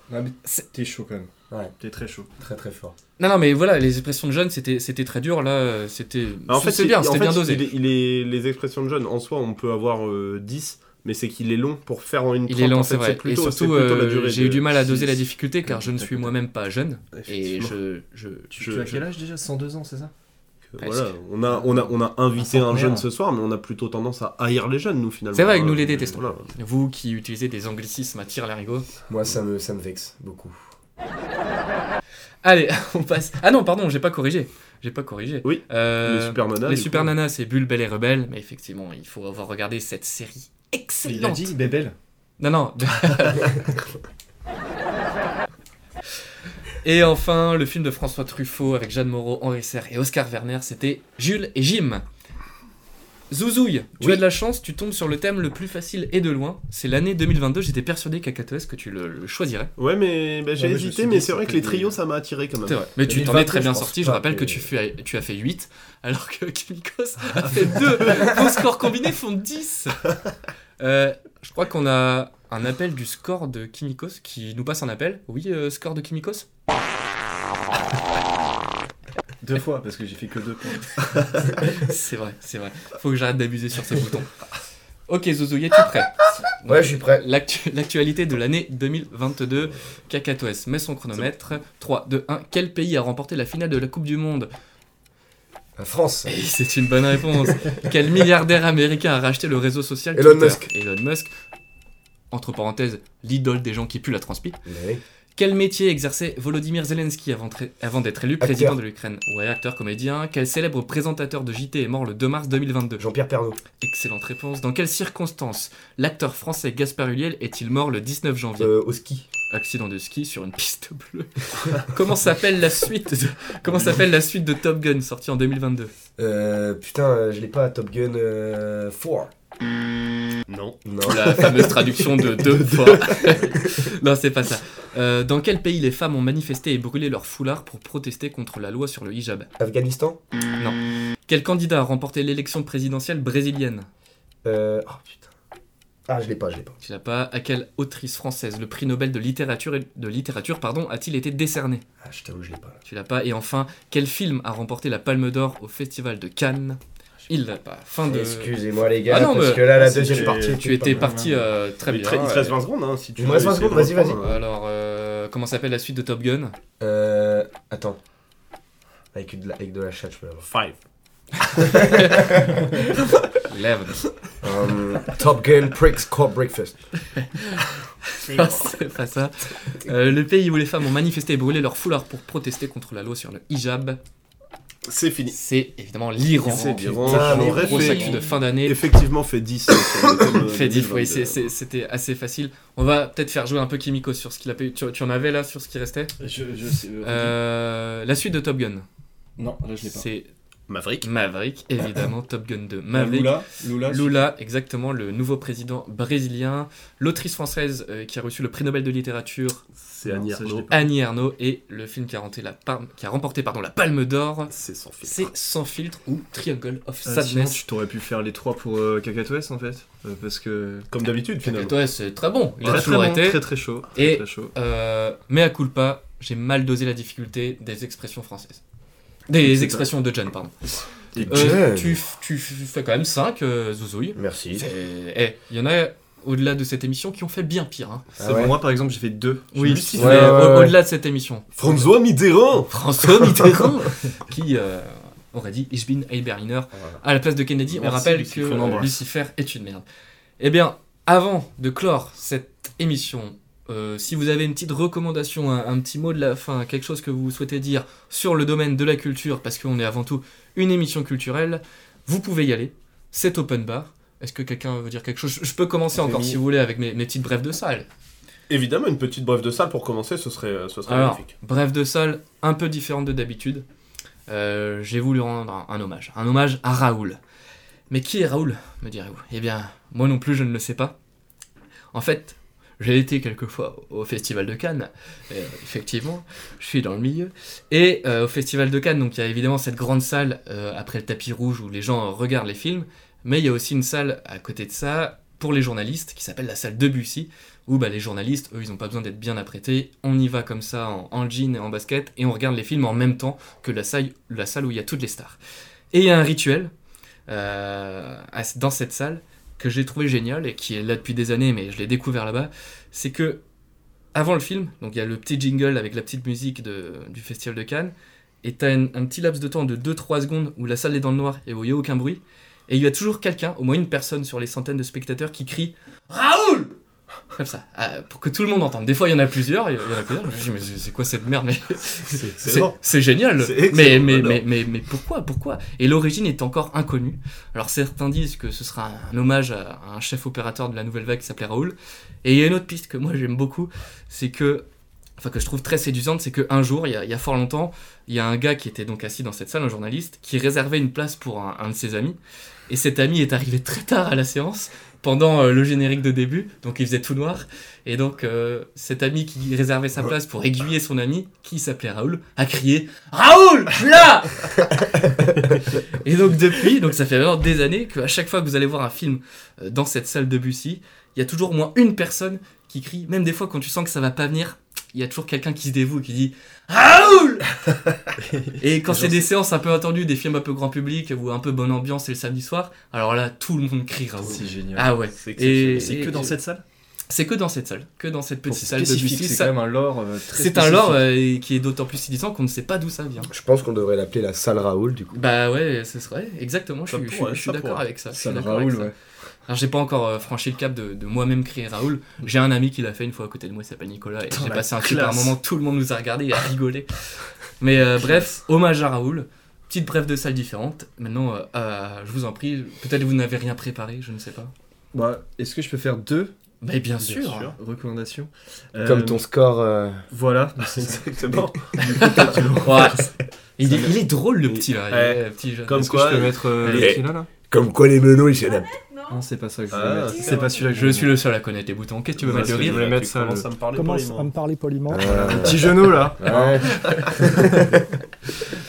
T'es chaud quand même.
Ouais.
T'es très chaud.
Très très fort.
Non, non, mais voilà, les expressions de jeunes, c'était, c'était très dur. Là, euh, c'était.
Alors, Bah, en fait,
c'est bien,
en
c'était
fait,
bien dosé.
il est- il est- les expressions de jeunes, en soi, on peut avoir euh, 10, mais c'est qu'il est long pour faire en une
Il
30,
est
en
lent,
fait,
c'est vrai.
plutôt-
et
c'est
surtout,
plutôt la
euh,
durée
j'ai
de-
eu du mal à doser la
qui-
difficulté car je ne suis moi-même pas jeune. Et je. je, je-
tu as
je-
quel âge déjà 102 ans, c'est ça
Voilà, on a, on a, on a invité
Un
un jeune
centenaire.
ce soir, mais on a plutôt tendance à haïr les jeunes, nous, finalement.
C'est vrai que
Euh,
nous les détestons.
voilà.
Vous qui utilisez des anglicismes à tir l'arigot.
Moi, ça me, ça me vexe beaucoup.
Allez, on passe. Ah non, pardon, j'ai pas corrigé. J'ai pas corrigé.
Oui.
Euh,
les Super Nanas,
Les
du
Super
coup.
Nanas, c'est Bulle, Belle et Rebelle. Mais effectivement, il faut avoir regardé cette série excellente.
Il a dit Bébel.
Non, non. et enfin, le film de François Truffaut avec Jeanne Moreau, Henri Serre et Oscar Werner, c'était Jules et Jim. Zouzouille, tu as de la chance, tu tombes sur le thème le plus facile et de loin. C'est l'année 2022, j'étais persuadé qu'à Catoès que tu le, le choisirais.
Ouais, mais bah, j'ai
Ouais, mais je me
hésité,
suis
mais
dit,
c'est vrai que
c'était
les trios, ça m'a attiré quand même.
C'est vrai. Mais tu t'en es très bien sorti, je rappelle que, tu, fais, tu as fait 8, alors que Kimikos a fait 2. Vos scores combinés font 10. Euh, je crois qu'on a un appel du score de Kimikos qui nous passe un appel. Oui, euh, score de Kimikos
Deux fois, parce que j'ai fait que deux points.
C'est vrai, c'est vrai. Faut que j'arrête d'abuser sur ce bouton. Ok, Zouzou, es-tu prêt
Ouais, je suis prêt.
L'actu- L'actualité de l'année 2022. Cacatoès met son chronomètre. 3, 2, 1. Quel pays a remporté la finale de la Coupe du Monde
La Euh, France.
Et c'est une bonne réponse. Quel milliardaire américain a racheté le réseau social
Elon
Twitter
Musk.
Elon Musk. Entre parenthèses, l'idole des gens qui puent la transpi.
Mais oui.
Quel métier exerçait Volodymyr Zelensky avant, trai- avant d'être élu
Acteur.
président de l'Ukraine Ouais, acteur, comédien. Quel célèbre présentateur de JT est mort le 2 mars 2022
Jean-Pierre Pernaut.
Excellente réponse. Dans quelles circonstances l'acteur français Gaspard Huliel est-il mort le 19 janvier
Euh, au ski.
Accident de ski sur une piste bleue. Comment s'appelle la suite de... Comment s'appelle la suite de Top Gun sortie en 2022
Euh, putain, euh, je l'ai pas, Top Gun euh, 4.
Non.
La fameuse traduction de deux fois. non, c'est pas ça. Euh, dans quel pays les femmes ont manifesté et brûlé leur foulard pour protester contre la loi sur le hijab
Afghanistan
Non. Quel candidat a remporté l'élection présidentielle brésilienne
Euh, oh putain. Ah, je l'ai pas, je l'ai pas.
Tu l'as pas. À quelle autrice française le prix Nobel de littérature, et- de littérature pardon, a-t-il été décerné
Ah, je t'avoue, je l'ai pas. là.
Tu l'as pas. Et enfin, quel film a remporté la Palme d'Or au Festival de Cannes Il l'a pas. Fin de. Ah
Excusez-moi, les gars, parce
mais-
que là, la deuxième
tu-
partie était
Tu
pas
étais
mal.
parti euh, très
Il
bien.
te reste- il te reste 20 secondes, hein, si tu Il me veux reste 20 essayer de
secondes, vas-y, vas-y.
reprendre.
Alors, euh, comment s'appelle la suite de Top Gun
Euh, attends. Avec de, la, avec de la chatte, je peux l'avoir.
Five.
Eleven.
Um, Top Gun Pricks Core Breakfast.
Non, c'est pas ça. Euh, le pays où les femmes ont manifesté et brûlé leur foulard pour protester contre la loi sur le hijab.
C'est fini.
C'est évidemment l'Iran.
C'est l'Iran.
Putain,
J'aurais
mais Grosse
fait-
actu de fin d'année.
Effectivement, fait 10. hein, sur le thème, euh,
Fait 10,
2022.
oui, c'est- c'est- c'était assez facile. On va peut-être faire jouer un peu Kimiko sur ce qu'il a payé. Tu, tu en avais là sur ce qui restait
Je- je sais, euh,
Euh, la suite de Top Gun.
Non, là, je l'ai pas.
C'est
Maverick.
Maverick, évidemment, Top Gun 2. Maverick.
Euh, Lula, Lula, c'est-
exactement, le nouveau président brésilien. L'autrice française euh, qui a reçu le prix Nobel de littérature.
C'est Annie Non, ça, je Ernaux. l'ai pas.
Annie Ernaux. Et le film qui a, renté la Palme- qui a remporté pardon, la Palme d'Or.
C'est sans filtre.
C'est sans filtre ou Triangle of
Ah, sinon,
Sadness.
tu t'aurais pu faire les trois pour euh, Cacatoès en fait. euh, parce que.
Comme d'habitude finalement.
Cacatoès, c'est très bon. Il a
Très,
toujours
très bon,
été.
Très très chaud. très,
Et
très chaud.
euh, mea culpa, j'ai mal dosé la difficulté des expressions françaises. Des
C'est
expressions de Jeanne, pardon.
Des
Euh,
Jeanne.
tu, f- tu f- fais quand même 5, Zouzouille.
Merci.
C'est- Eh, il y en a au-delà de cette émission qui ont fait bien pire. hein.
C'est bon, Moi par exemple, j'ai fait deux.
Oui,
Je me suis
mais
dit,
au-
mais au-
au-delà de cette émission.
François Mitterrand
François Mitterrand Qui euh, aurait dit Ich bin ein Berliner à la place de Kennedy. on
Merci,
rappelle
Lucifer,
que
on l'embrasse.
Lucifer est une merde. Eh bien, avant de clore cette émission, euh, si vous avez une petite recommandation, un, un petit mot de la fin, quelque chose que vous souhaitez dire sur le domaine de la culture, parce qu'on est avant tout une émission culturelle, vous pouvez y aller. C'est open bar. Est-ce que quelqu'un veut dire quelque chose Je- Je peux commencer encore
Rémi.
si vous voulez avec mes, mes petites brèves de salle.
Évidemment, une petite brève de salle pour commencer, ce serait, euh, ce serait
Alors,
magnifique.
bref de salle, un peu différente de d'habitude. Euh, J'ai voulu rendre un, un hommage. Un hommage à Raoul. Mais qui est Raoul, me direz-vous Eh bien, moi non plus, je ne le sais pas. En fait, j'ai été quelquefois au Festival de Cannes, euh, effectivement, je suis dans le milieu. Et euh, au Festival de Cannes, donc il y a évidemment cette grande salle euh, après le tapis rouge où les gens euh, regardent les films, mais il y a aussi une salle à côté de ça pour les journalistes qui s'appelle la salle Debussy, où bah, les journalistes, eux, ils n'ont pas besoin d'être bien apprêtés. On y va comme ça en, en jean et en basket et on regarde les films en même temps que la salle, la salle où il y a toutes les stars. Et il y a un rituel euh, à- dans cette salle que j'ai trouvé génial et qui est là depuis des années, mais je l'ai découvert là-bas, c'est que avant le film, donc il y a le petit jingle avec la petite musique de- du Festival de Cannes, et t'as un, un petit laps de temps de 2-3 secondes où la salle est dans le noir et où il n'y a aucun bruit, et il y a toujours quelqu'un, au moins une personne sur les centaines de spectateurs, qui crie Raoul comme ça, euh, pour que tout le monde entende. Des fois, il y en a plusieurs, il y en a plusieurs. Je me dis, mais c'est- c'est quoi cette merde mais C'est
excellent.
c'est génial.
C'est excellent,
Mais, mais,
j'adore.
mais, mais, mais pourquoi Pourquoi Et l'origine est encore inconnue. Alors certains disent que ce sera un hommage à un chef opérateur de la nouvelle vague qui s'appelait Raoul. Et il y a une autre piste que moi j'aime beaucoup, c'est que, enfin que je trouve très séduisante, c'est qu'un jour, il y, a, il y a fort longtemps, il y a un gars qui était donc assis dans cette salle, un journaliste, qui réservait une place pour un, un de ses amis. Et cet ami est arrivé très tard à la séance, pendant euh, le générique de début, donc il faisait tout noir. Et donc euh, cet ami qui réservait sa place pour aiguiller son ami, qui s'appelait Raoul, a crié Raoul, là Et donc depuis, donc ça fait vraiment des années qu'à chaque fois que vous allez voir un film euh, dans cette salle de Bussy, il y a toujours au moins une personne qui crie, même des fois quand tu sens que ça va pas venir, il y a toujours quelqu'un qui se dévoue et qui dit Raoul Et quand c'est des séances un peu attendues, des films un peu grand public ou un peu bonne ambiance, c'est le samedi soir, alors là tout le monde crie Raoul.
C'est génial.
Ah ouais.
C'est exceptionnel.
Et
C'est que dans cette salle
c'est que dans cette salle, que dans cette petite
c'est
salle de
spécifique,
Bussy.
c'est
Ça-
quand même un lore, euh, très
C'est un lore
spécifique.
euh, qui est d'autant plus séduisant qu'on ne sait pas d'où ça vient.
Je pense qu'on devrait l'appeler la salle Raoul, du coup.
Bah ouais, ce serait exactement. Je
Ça
suis, je suis-
pourrait,
je suis
ça
d'accord
pourrait.
avec ça. je suis
Ça, le
euh, d'accord avec
Raoul,
ça.
ouais.
Alors j'ai pas encore euh, franchi le cap de, de moi-même crier Raoul. J'ai un ami qui l'a fait une fois à côté de moi, il s'appelle Nicolas. Et
Putain,
j'ai
la
passé un super
classe.
moment. Tout le monde nous a regardé et a rigolé. Mais euh, bref, hommage à Raoul. Petite brève de salle différente. Maintenant, euh, euh, je vous en prie, peut-être vous n'avez rien préparé, je ne sais pas.
Bah, est-ce que je peux faire deux
Mais bien sûr.
Recommandations.
Comme ton score, euh,
Voilà.
Exactement.
Du coup, toi, tu le remplaces.
Ouais.
Il est- il est drôle, le petit, là. Il est- le petit jeune. Est-ce que je peux mettre, euh, le petit, là, là
Comme quoi les menons ils s'adaptent.
Non, c'est pas ça que je voulais
Ah,
mettre.
c'est
C'est pas celui-là que
Je suis le seul à connaître les boutons. Qu'est-ce que tu veux mettre le
Je
rire
voulais mettre ça. le-
Commence à me parler poliment.
Ah.
Euh, Un petit genou là.
Ouais.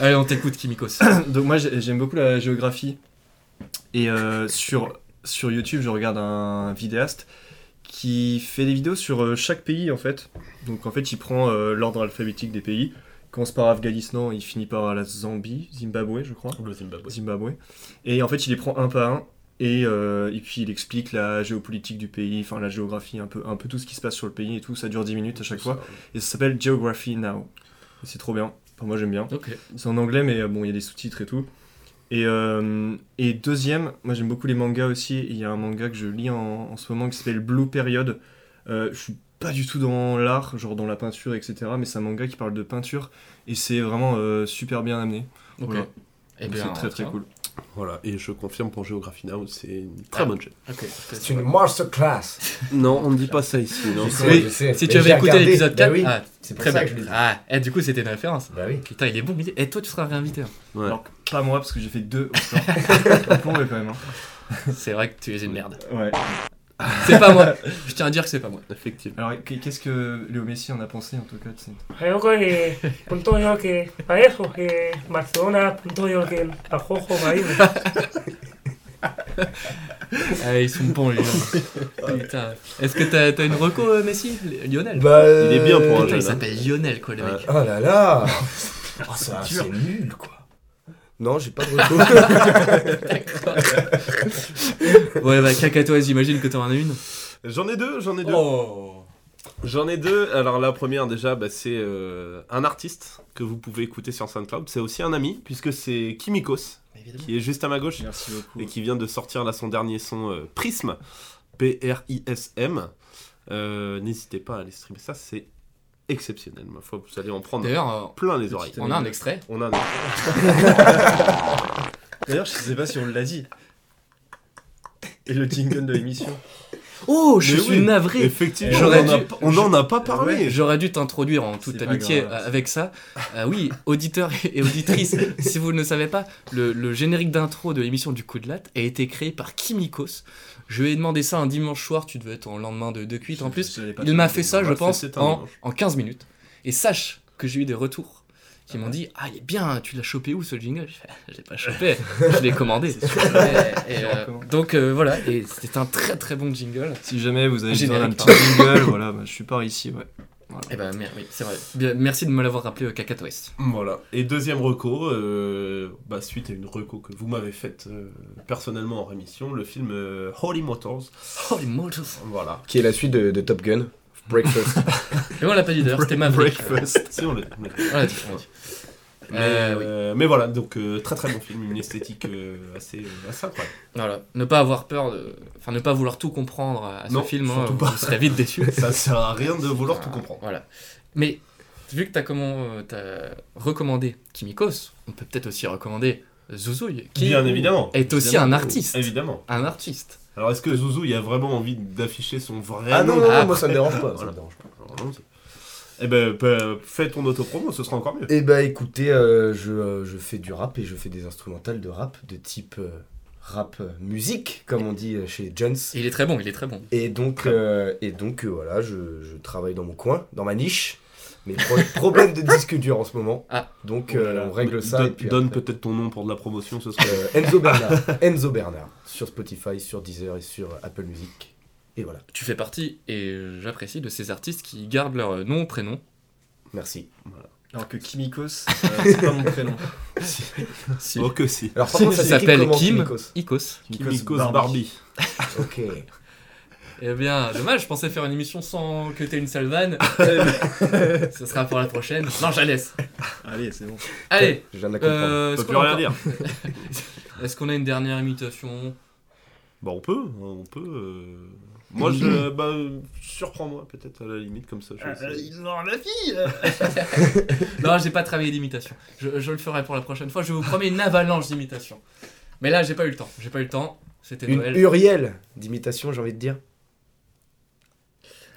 Allez, on t'écoute, Kimikos.
Donc moi j'ai- j'aime beaucoup la géographie. Et euh, sur, sur YouTube, je regarde un vidéaste qui fait des vidéos sur euh, chaque pays en fait. Donc en fait, il prend euh, l'ordre alphabétique des pays. Il Commence par Afghanistan, il finit par la Zambie, Zimbabwe, je crois.
Le Zimbabwe.
Zimbabwe. Et en fait, il les prend un par un. Et, euh, et puis il explique la géopolitique du pays, enfin la géographie, un peu, un peu tout ce qui se passe sur le pays et tout. Ça dure 10 minutes à chaque fois. Et ça s'appelle Geography Now. Et C'est trop bien. Enfin, moi j'aime bien. C'est en anglais, mais euh, bon, il y a des sous-titres et tout. Et, euh, et deuxième, moi j'aime beaucoup les mangas aussi. et Il y a un manga que je lis en, en ce moment qui s'appelle Blue Period. Euh, je suis pas du tout dans l'art, genre dans la peinture, etc. Mais c'est un manga qui parle de peinture et c'est vraiment euh, super bien amené.
Ok.
Voilà.
Eh
Donc,
bien,
c'est très
on
très
retient.
cool.
Voilà, et je confirme pour Geography Now, c'est une très bonne chaîne.
C'est une masterclass.
Non, on ne dit pas ça ici. Non.
Je sais, Oui, je sais.
Si
Mais
tu avais
j'ai
écouté
regardé.
l'épisode
Bah
4,
oui,
ah,
c'est pour
très
ça
bien.
que je le dis.
Ah, eh, du coup, c'était une référence.
Bah oui.
Putain, il est bon, Midi. Et toi, tu seras réinvité. hein.
Alors, pas moi parce que j'ai fait deux au score. Un plombé, quand même. hein.
C'est vrai que tu es une merde.
Ouais.
C'est pas moi. Je tiens à dire que c'est pas moi.
Effectivement.
Alors, qu- qu'est-ce que Léo Messi en a pensé en tout cas de cette-
Creo que Eh, punto yo que para eso, que Barcelona, punto yo que a Jojo Maíba.
Ah, ils sont bons, les gens. Putain. Est-ce que t'as t'as une reco, euh, Messi Lionel
Bah, euh,
Il est bien pour un
Putain,
jeune. Il
il
s'appelle Lionel, quoi, le mec.
Oh là là Oh, ça,
C'est dur.
c'est nul, quoi. Non, j'ai pas de retour.
ouais, bah, cacatoise, j'imagine que t'en as une.
J'en ai deux, j'en ai deux. Oh. J'en ai deux. Alors la première déjà, bah, c'est euh, un artiste que vous pouvez écouter sur SoundCloud. C'est aussi un ami puisque c'est Kimikos, qui est juste à ma gauche et qui vient de sortir là son dernier son euh, Prism, P-R-I-S-M. Euh, N'hésitez pas à aller streamer ça, c'est exceptionnel. Ma foi, vous allez en prendre
D'ailleurs, euh,
plein les oreilles.
on a un extrait.
On a un extrait.
D'ailleurs, je sais pas si on l'a dit. Et le jingle de l'émission.
Oh, je
Mais
suis
oui,
navré.
effectivement,
J'aurais
on en a
dû-
pas- on en a pas
je-
parlé.
ouais, J'aurais dû t'introduire en toute
C'est pas
amitié
grave.
euh, avec ça. Euh, oui, auditeurs et auditrices, si vous ne le savez pas, le, le générique d'intro de l'émission du coup de latte a été créé par Kimikos. Je lui ai demandé ça un dimanche soir, tu devais être en lendemain de, de cuite en plus.
je l'ai pas
Il m'a
fait,
fait ça,
on
je
l'a fait,
pense,
c'était un
en,
dimanche.
en 15 minutes. Et sache que j'ai eu des retours qui m'ont dit Ah, il est bien, tu l'as chopé où ce jingle J'ai fait, Je l'ai pas chopé, je l'ai commandé. Et, et, euh, donc euh, voilà, et c'était un très très bon jingle.
Si jamais vous avez besoin d'un
Générique,
petit
pardon.
jingle, voilà, bah, je suis par ici, ouais. Voilà.
Eh ben, mer- oui, c'est vrai. Bien, merci de me l'avoir rappelé, euh, Cacatoès.
Voilà. Et deuxième reco, euh, bah, suite à une reco que vous m'avez faite euh, personnellement en rémission, le film euh, Holy Motors.
Holy Motors.
Voilà.
Qui est la suite de, de Top Gun. Breakfast.
Et on l'a pas dit d'ailleurs, c'était Maverick.
Breakfast. si, on l'a dit. on l'a dit.
On l'a dit, on l'a dit.
Eh
Mais,
Euh,
euh, mais voilà, donc euh, très très bon film, une esthétique euh, assez, euh, assez incroyable.
Voilà, ne pas avoir peur de. Enfin, ne pas vouloir tout comprendre à ce
Non,
film, hein,
surtout
vous
pas.
serez vite déçu.
Ça sert à rien de vouloir tout comprendre.
Ah. Voilà. Mais vu que t'as comment, euh, t'as recommandé Kimikos, on peut peut-être aussi recommander Zouzouille, qui
Bien évidemment.
est aussi
Évidemment.
un artiste.
Évidemment.
Un artiste.
Alors est-ce que Zouzou il a vraiment envie d'afficher son vrai
Ah non,
nom
non, non,
Ah,
moi, ça me dérange
après,
pas, ça me
voilà.
dérange
Alors, ok. Eh ben, bah, fais ton autopromo, ce sera encore mieux.
Eh ben écoutez, euh, je, euh, je fais du rap et je fais des instrumentales de rap de type euh, rap euh, musique, comme on dit euh, chez Jones.
Il est très bon, il est très bon.
Et donc, euh, et donc euh, voilà, je, je travaille dans mon coin, dans ma niche. Mais pro- problème de disque dur en ce moment.
Ah.
Donc
Oh là
euh,
là.
on règle
Mais
ça.
Donne,
et puis
donne
après-
peut-être ton nom pour de la promotion, ce sera.
Euh, Enzo Bernard.
Ah.
Enzo Bernard. Sur Spotify, sur Deezer et sur Apple Music. Et voilà.
Tu fais partie, et j'apprécie, de ces artistes qui gardent leur nom, prénom.
Merci.
Alors que Kimikos, euh, c'est pas mon prénom.
Si.
Oh, que si.
Alors, par contre, ça
Il
s'écrit
s'appelle
comment,
Kim
Kimikos
Ikos.
Kimikos Barbie.
ok.
Eh bien, dommage, je pensais faire une émission sans que t'aies une seule vanne.
Ah,
Ce sera pour la prochaine. Non, je la laisse.
Allez, c'est bon.
Allez.
Je viens de la
euh,
comprendre.
est-ce
Peut
qu'on
plus
a
rien
encore- Est-ce qu'on a une dernière imitation
Bah on peut, on peut. euh, Moi je bah euh, surprends-moi peut-être à la limite comme ça. je sais.
la fille Non, j'ai pas travaillé d'imitation. Je, je le ferai pour la prochaine fois. Je vous promets une avalanche d'imitations. Mais là, j'ai pas eu le temps. J'ai pas eu le temps. C'était
Une
Noël.
Uriel d'imitation, j'ai envie de dire.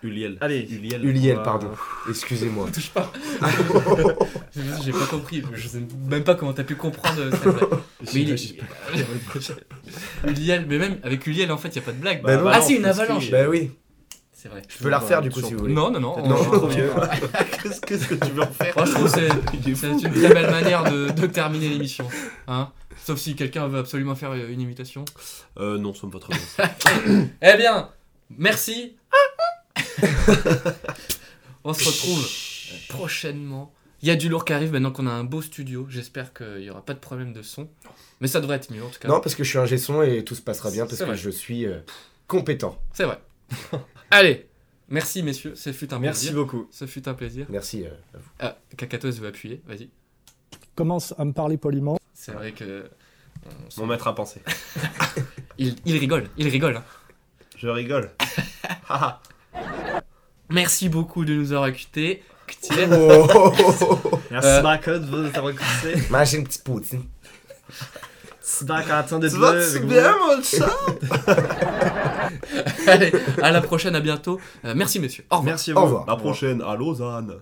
Uliel.
Allez.
Uliel.
Uliel,
Ouah.
pardon. Excusez-moi.
Touche pas. C'est parce que j'ai pas compris. Je sais même pas comment t'as pu comprendre euh, cette blague. Mais il est. Uliel, mais même avec Uliel en fait, y a pas de blague.
Bah non.
ah, c'est une
Parce que-
avalanche.
Bah oui.
C'est vrai.
Je peux la refaire, du coup, si vous voulez.
Non, non, non.
Non,
on-
je suis trop vieux.
Qu'est-ce qu'est-ce que tu veux en faire
Moi, je trouve que
Il
c'est
est
c'est
fou.
une très belle manière de, de terminer l'émission. Hein Sauf si quelqu'un veut absolument faire euh, une imitation.
Euh, non, ça me va très bien.
eh bien, merci. On se retrouve prochainement. Il y a du lourd qui arrive maintenant qu'on a un beau studio. J'espère qu'il n'y aura pas de problème de son. Mais ça devrait être mieux en tout cas.
Non, parce que je suis un gesson et tout se passera bien parce
C'est
que
vrai.
je suis euh, compétent.
C'est vrai. Allez, merci messieurs, ce fut un
Merci
plaisir.
beaucoup.
Ce fut un plaisir.
Merci euh, à
vous. Ah, Cacatoès veut appuyer, vas-y.
Commence à me parler poliment.
C'est vrai que. on s'en-
Mon maître à penser.
il, il rigole, il rigole. hein.
Je rigole.
Merci beaucoup de nous avoir écoutés. Écoutez.
Oh, oh, oh, oh, oh.
Euh,
Smakot veut t'avoir écouté.
Mange une petite poutine.
Smak attend d'être
Smak,
bleu
c'est
avec
bien,
vous.
mon chat. Allez, à la prochaine, à bientôt. Euh, merci messieurs. Au revoir.
Merci à vous. Au revoir.
La prochaine à Lausanne.